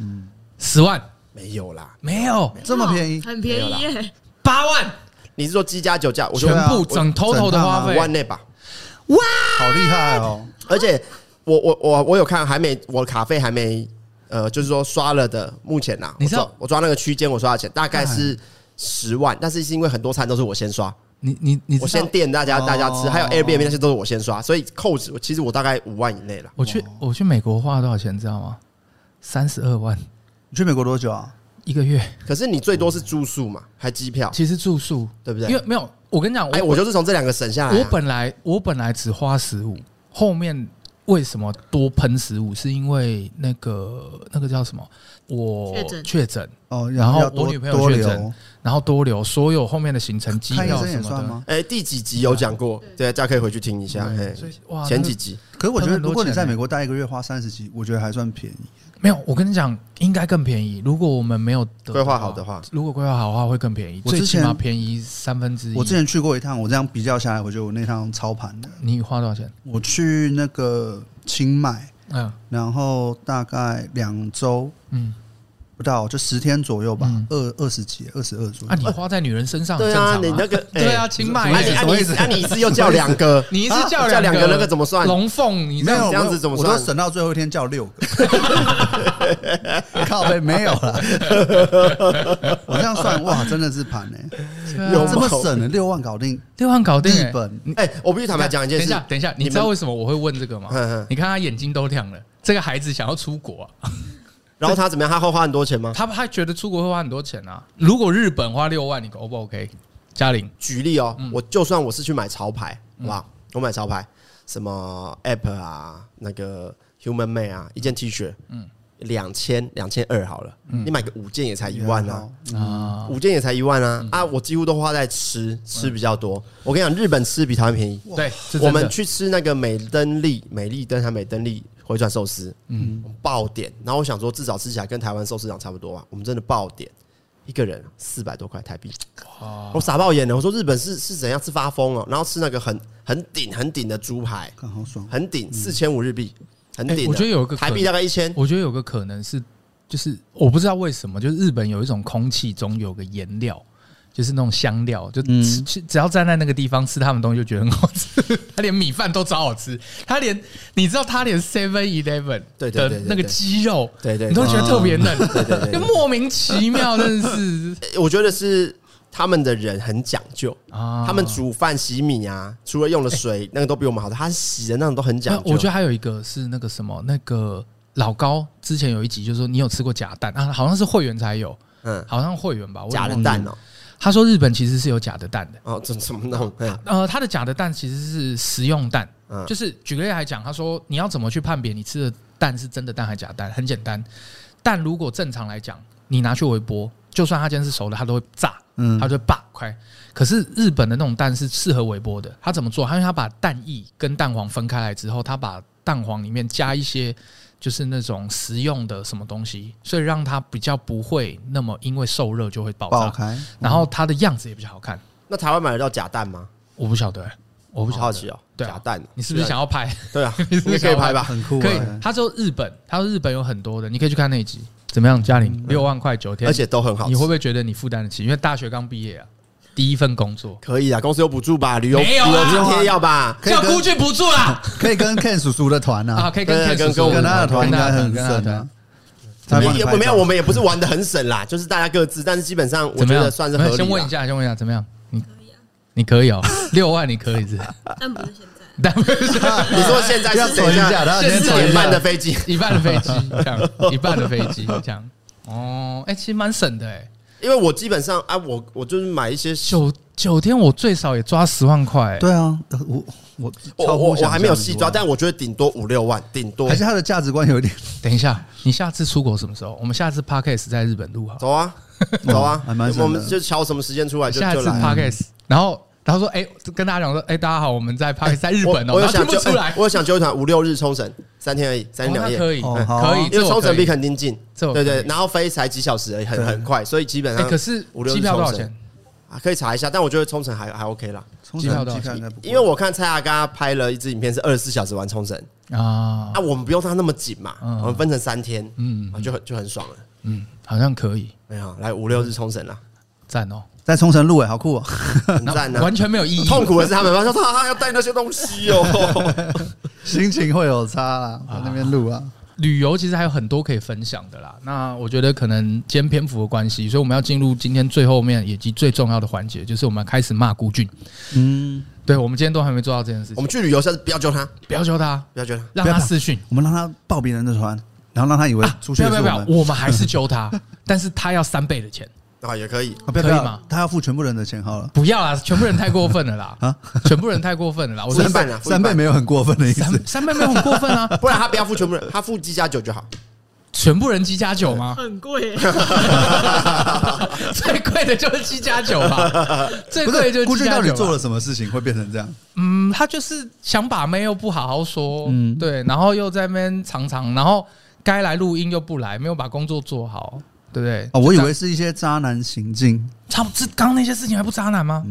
嗯十万没有啦，没有这么便宜，哦很便宜耶！八万，你是说机加酒价？我说对全啊部我整 total 整的趟花啊五费万内吧。好厉害哦！而且我我我我有看，还没我卡费还没呃，就是说刷了的，目前呐，你知道哎我抓我抓那个区间，我刷的钱大概是十万，但是是因为很多餐都是我先刷，你你你我知道先垫大家哦大家吃，还有 Airbnb 那些都是我先刷，所以扣子其实我大概五万以内了。我去我去美国花了多少钱，你知道吗？三十二万你去美国多久啊？一个月，可是你最多是住宿嘛，还机票，其实住宿对不因对为？没有，我跟你讲，哎，我就是从这两个省下哎来啊。我本来我本来只花十五，后面为什么多喷十五？是因为那个那个叫什么？我确诊确诊，哦，然后要多我女朋友多确诊留，然后多留所有后面的行程机看医票生什也么算的。吗？哎第几集有讲过，对，啊大家可以回去听一下。哎，嗯所以哇，前那个几集可是我觉他得，们很多如果你钱在欸美国待一个月花三十几，我觉得还算便宜。没有，我跟你讲，应该更便宜。如果我们没有得规划好的，话，如果规划好的话，会更便宜，我之最前起码便宜三分之一。我之前去过一趟，我这样比较下来，我觉得我那趟超盘的。你花多少钱？我去那个清迈，嗯然后大概两周嗯，不到，就十天左右吧嗯，二二十几，二十二左啊，右。你花在女人身上很呃对正常啊，你那个 哎对啊，清迈啊你啊欸，什么意你思啊你是又叫两个， 你是啊叫叫两两个那个怎么算龙凤，你这没样有这样子怎么我算我都省到最后一天叫六 个，靠背没有了。我这样算哇，真的是盘哎、对啊有这么省了六万搞定。六万搞定、欸。日本你，哎、我必须坦白讲一件等一事下，，等一下，你你们知道为什么我会问这个吗嗯嗯？你看他眼睛都亮了，这个孩子想要出国、啊，然后他怎么样？他会花很多钱吗？他他觉得出国会花很多钱啊。如果日本花六万，你 O 不 OK？嘉玲，举例哦，嗯我就算我是去买潮牌，好不好？我买潮牌，什么 App 啊，那个 Human Made 啊，一件 T 恤，嗯，两千两千二好了，嗯你买个五件也才一万啊，啊，五件也才一万啊，啊，我几乎都花在吃，吃比较多。我跟你讲，日本吃比台湾便宜。对，是真的我们去吃那个美登利、美丽登还美登利回转寿司，嗯，爆点。然后我想说，至少吃起来跟台湾寿司长差不多吧，我们真的爆点，一个人四百多块台币，我傻爆眼了。我说日本是是怎样是发疯哦，然后吃那个很很顶很顶的猪排，看好爽，很顶，四千五日币，很嗯哎顶的。我觉得有一个可台币大概一千，我觉得有个可能是，就是我不知道为什么，就是日本有一种空气中有个颜料，就是那种香料，就嗯吃、吃只要站在那个地方吃他们东西就觉得很好吃。 他连米饭都超好吃，他连你知道他连 Seven Eleven 对对对的对对那个鸡肉，对对对你都觉得特别嫩， 对对对就对莫名其妙，真的是哎我觉得是。他们的人很讲究，啊 他们煮饭、洗米啊，除了用的水，那个都比我们好的。他洗的那种都很讲那究。哎我觉得还有一个是那个什么，那个老高之前有一集就是说你有吃过假蛋啊，好像是会员才有，嗯，好像会员吧，我也假的忘记蛋了哦，他说日本其实是有假的蛋的。哦，怎怎么弄？嗯呃，它的假的蛋其实是食用蛋，嗯就是举个例来讲，他说你要怎么去判别你吃的蛋是真的蛋还是假蛋？很简单，蛋如果正常来讲，你拿去微波，就算它今天是熟的，它都会炸，嗯它就会爆快。可是日本的那种蛋是适合微波的，它怎么做？它因为它把蛋液跟蛋黄分开来之后，它把蛋黄里面加一些就是那种食用的什么东西，所以让它比较不会那么因为受热就会爆爆炸，开，然后它的样子也比较好看。那台湾买得到假蛋吗？我不晓得欸，我我不晓得好奇哦，对啊假蛋，你是不是想要拍？对啊？ 你是对啊，不你是也可以拍吧？很酷、可以欸，。他说日本，他说日本有很多的，你可以去看那一集。怎么样，嘉玲？六万块九天，嗯而且都很好吃，你会不会觉得你负担得起？因为大学刚毕业啊，第一份工作，可以啊？公司有补助吧？旅游没有啊旅游津贴要 吧？可以跟去补助 啦！可以跟 Ken 叔叔的团啊，啊，可以跟对 Ken 跟叔叔跟我们跟他的团应该很跟他的省团啊。没他帮你拍有没有，照我们也不是玩的很省啦，就是大家各自，但是基本上我怎么觉样？得算是合理啦。啊先问一下，先问一下，怎么样？你你可以哦，六万你可以是不是？啊但不是现在。 但不是你说现在要是走等一一下，他下要先四走一点下半的飞机， 一半的飞机这样，一半的飞机这样。哦，哎，其实蛮省的哎，因为我基本上啊，我我就是买一些九九天我最少也抓十万块，哎对啊，我我我超乎我我想还没有啊象细之抓，外但我觉得顶多五六万，顶多还是他的价值观有 一点等一下，你下次出国什么时候？我们下次 podcast 在日本录好，走 啊走哦啊还蛮，省的我们就敲什么时间出来就下就次来啊。 podcast，然后然后说，哎，跟大家讲说，哎，大家好，我们在 podcast 在日我本哦，我有然后听想不揪，出来哎，我有想揪团五六日冲绳，三天而已，三天哦两那夜。可以，哦好啊可以，因欸这为我冲绳可比以。垦丁近，这我对可对以，然后飞才几小时而已，很很快，所以基本哎，上可是五六日机票多少冲绳钱？啊可以查一下，但我觉得冲绳还还 OK 啦，冲机票绳多少机票钱应该不贵因为我看蔡阿嘎拍了一支影片，是二十四小时玩冲绳啊啊，，我们不用它那么紧嘛，嗯我们分成三天，嗯啊就很就很爽了。嗯，好像可以，没有，来五六日 冲绳啦，赞哦，在冲绳路尾好酷哦，很赞啊！完全没有意义，痛苦的是他们，他说他要带那些东 西哦。 心情会有差啦，在那边录啊，旅游其实还有很多可以分享的啦。那我觉得可能今天篇幅的关系，所以我们要进入今天最后面以及最重要的环节，就是我们开始骂孤俊。嗯，对，我们今天都还没做到这件事我情们，去旅游，下次不要揪他，不要求他，不要揪他。让他私讯。啊我们让他报别人的团，然后让他以为出去没的有是没有我没有们，，我们还是揪他， 但是他要三倍的钱，啊，也可以。啊不要不可以要吗他要付全部人的钱好了，不要啦，全部人太过分了啦，啊全部人太过分了啦，我说三倍啊，付一三倍半，没有很过分的意思三，三倍没有很过分啊，不然他不要付全部人，他付鸡加酒就好。全部人鸡加 酒吗？欸很贵、最贵的就是鸡加酒吧，最不贵的是就顾是鸡俊加到底酒啊做吧。了什么事情会变成这样？嗯，他就是想把妹又不好好说，嗯对，然后又在那边常常，然后该来录音又不来，没有把工作做好，对不对？哦，我以为是一些渣男行径，差不这刚刚那些事情还不渣男吗？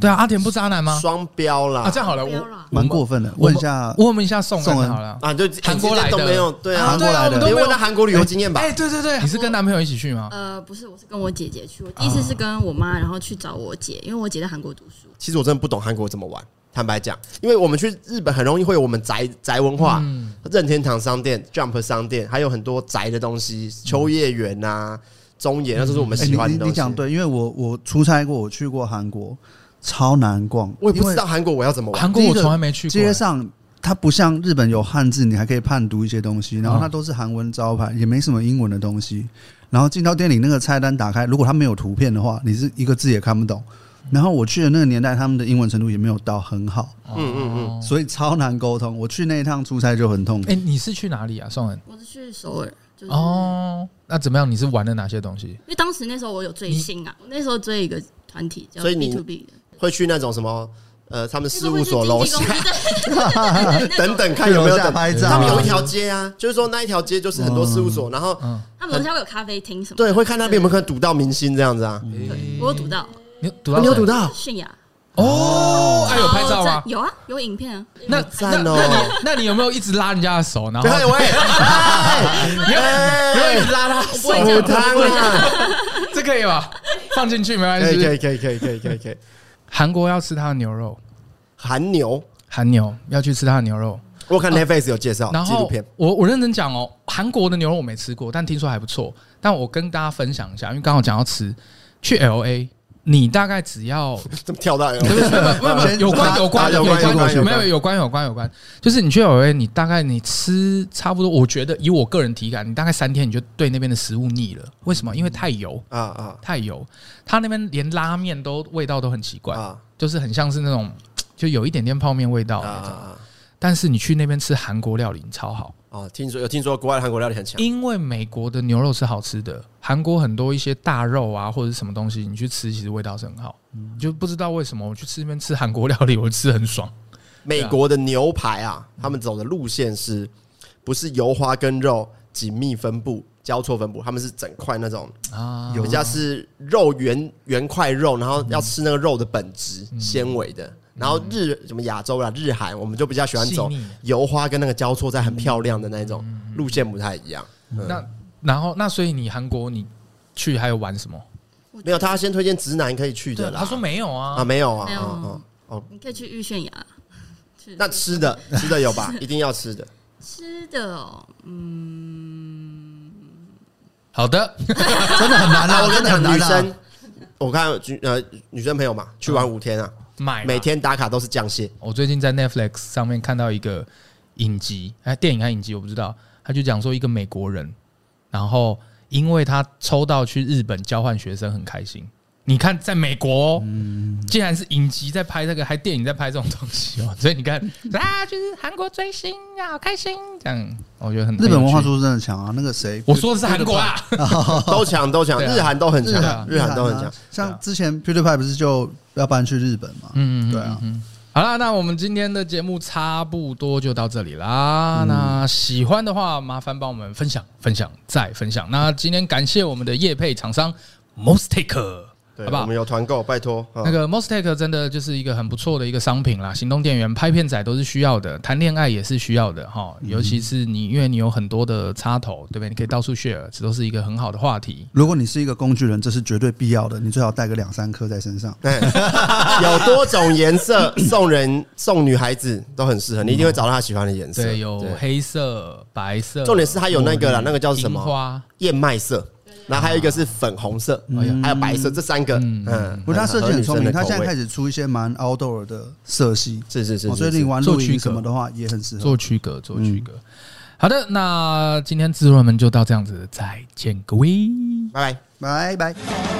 对啊，阿田不渣男吗？双标啦啊，这样好了，不我要啦嗯蛮过分。分的。我问们一下，我们一下宋宋恩恩好了。啊，就韩国来的都没有，对啊啊，对啊我们都你没有问他韩国旅游经验吧哎，。对对对，你是跟男朋友一起去吗？呃，不是，我是跟我姐姐去。我第一次啊是跟我妈，然后去找我姐，因为我姐在韩国读书。其实我真的不懂韩国怎么玩。坦白讲，因为我们去日本很容易会有我们宅宅文化，嗯任天堂商店、Jump 商店，还有很多宅的东西，秋叶原嗯呐、中野，那都是我们哎喜你欢的你东你西。讲对，因为我我出差过，我去过韩国，超难逛，我也不因为知道韩国我要怎么玩韩国我从来没去过哎街。上它不像日本有汉字，你还可以判读一些东啊西，然后它都是韩文招牌，也没什么英文的东西。然后进到店里，那个菜单打开，如果它没有图片的话，你是一个字也看不懂。然后我去的那个年代，他们的英文程度也没有到很好，哦嗯嗯嗯，所以超难沟通。我去那一趟出差就很痛苦哎，。你是去哪里啊，宋恩？我是去首尔，嗯就是、哦，那怎么样？你是玩了哪些东西？因为当时那时候我有追星啊，我那时候追一个团体叫所以 B 你 to B 的，会去那种什么呃，他们那事时候会务去所楼下经纪公司对 等，等看去有没楼有下等。拍照他们有啊一条街啊，就是说那一条街就是很多事务所，然后嗯，那种那楼下会有咖啡厅什么的？对会看那边有没有可能堵到明星这样子啊。嗯对，哦我有读到你有读到？你有堵？到，泫雅，哦，哎，有拍照然后吗在？有啊，有影片啊。那那 赞哦那你那你有没有一直拉人家的手？然后 对，喂，哎 你有你有一直拉他不会这手样汤啊， 这可以吧？放进去没关可以可系。以可以可以可以可以可以，韩国要吃他的牛肉，韩牛，韩牛要去吃他的牛肉。我看 Netflix 有介绍然纪录后片，我我认真讲哦，韩国的牛肉我没吃过，但听说还不错。但我跟大家分享一下，因为刚好讲到吃，去 L A，你大概只 要怎么跳到？不不不先有关打有关啊打有有关有关关，有关没有有关有关有关，就是你去 L A，你大概你吃差不多，我觉得以我个人体感，你大概三天你就对那边的食物腻了。为什么？因为太油，啊啊太油，他那边连拉面都味道都很奇怪，啊就是很像是那种就有一点点泡面味道啊那种。啊！但是你去那边吃韩国料理你超好，哦，听说有听说国外的韩国料理很强，因为美国的牛肉是好吃的，韩国很多一些大肉啊或者是什么东西，你去吃其实味道是很好，嗯你就不知道为什么我去吃那边吃韩国料理，我吃很爽。美国的牛排啊，他们走的路线是不是油花跟肉紧密分布、交错分布？他们是整块那种，啊，有家是肉圆圆块肉，然后要吃那个肉的本质嗯纤维的。然后日什么亚洲啦，日韩我们就比较喜欢走细腻嗯油花跟那个交错在很漂亮的那种路线不太一样。那然后那所以你韩国你去还有玩什么？没有，他先推荐直男可以去的啦。他说没有啊啊，，没有啊，没有哦哦哦，你可以去玉泫雅。去那吃的吃的有 吧？一定要吃的。吃的哦，好 的，真的很难啊！我跟真你讲，的很女难啊生，我看女呃女生朋友嘛，去玩五天啊，买吧每。天打卡都是酱蟹，我最近在 Netflix 上面看到一个影集，哎，电影还是影集我不知道，他就讲说一个美国人，然后因为他抽到去日本交换学生很开心。你看，在美国、哦，嗯竟然是影集在拍这个，还电影在拍这种东西哦， 所以 你看啊，就是韩国追星啊，好开心，这样我觉得很日本文化，很有趣输出真的强啊！那个谁，我说的是韩国啊，都强都强，对啊日韩都很日强，韩日韩都很啊强。像之前 PewDiePie 不是就要搬去日本嘛？嗯，嗯对啊。好啦，那我们今天的节目差不多就到这里啦。嗯那喜欢的话，麻烦帮我们分享、分享再分享。那今天感谢我们的业配厂商 Mostake，对，好不我好们？有团购，拜托。啊那 个 Mostake 真的就是一个很不错的一个商品啦，行动电源、拍片仔都是需要的，谈恋爱也是需要的哈。嗯尤其是你，因为你有很多的插头，对不对？你可以到处 share，这都是一个很好的话题。如果你是一个工具人，这是绝对必要的，你最好带个两三颗在身上。哎有多种颜色，送人送女孩子都很适合，你一定会找到她喜欢的颜色。对，有黑色、白色，重点是它有那个啦玻璃那个叫什么樱花，燕麦色，然后还有一个是粉红色，还有白色，这三个，嗯，不过他设计很聪明，合女生的他口现在味开始出一些蛮 outdoor 的色系，是是是哦是，所以是你玩做露区隔营什么的话也很适合。做区隔，做区隔。好的，那今天自入门就到这样子，再见各位。拜拜。拜拜。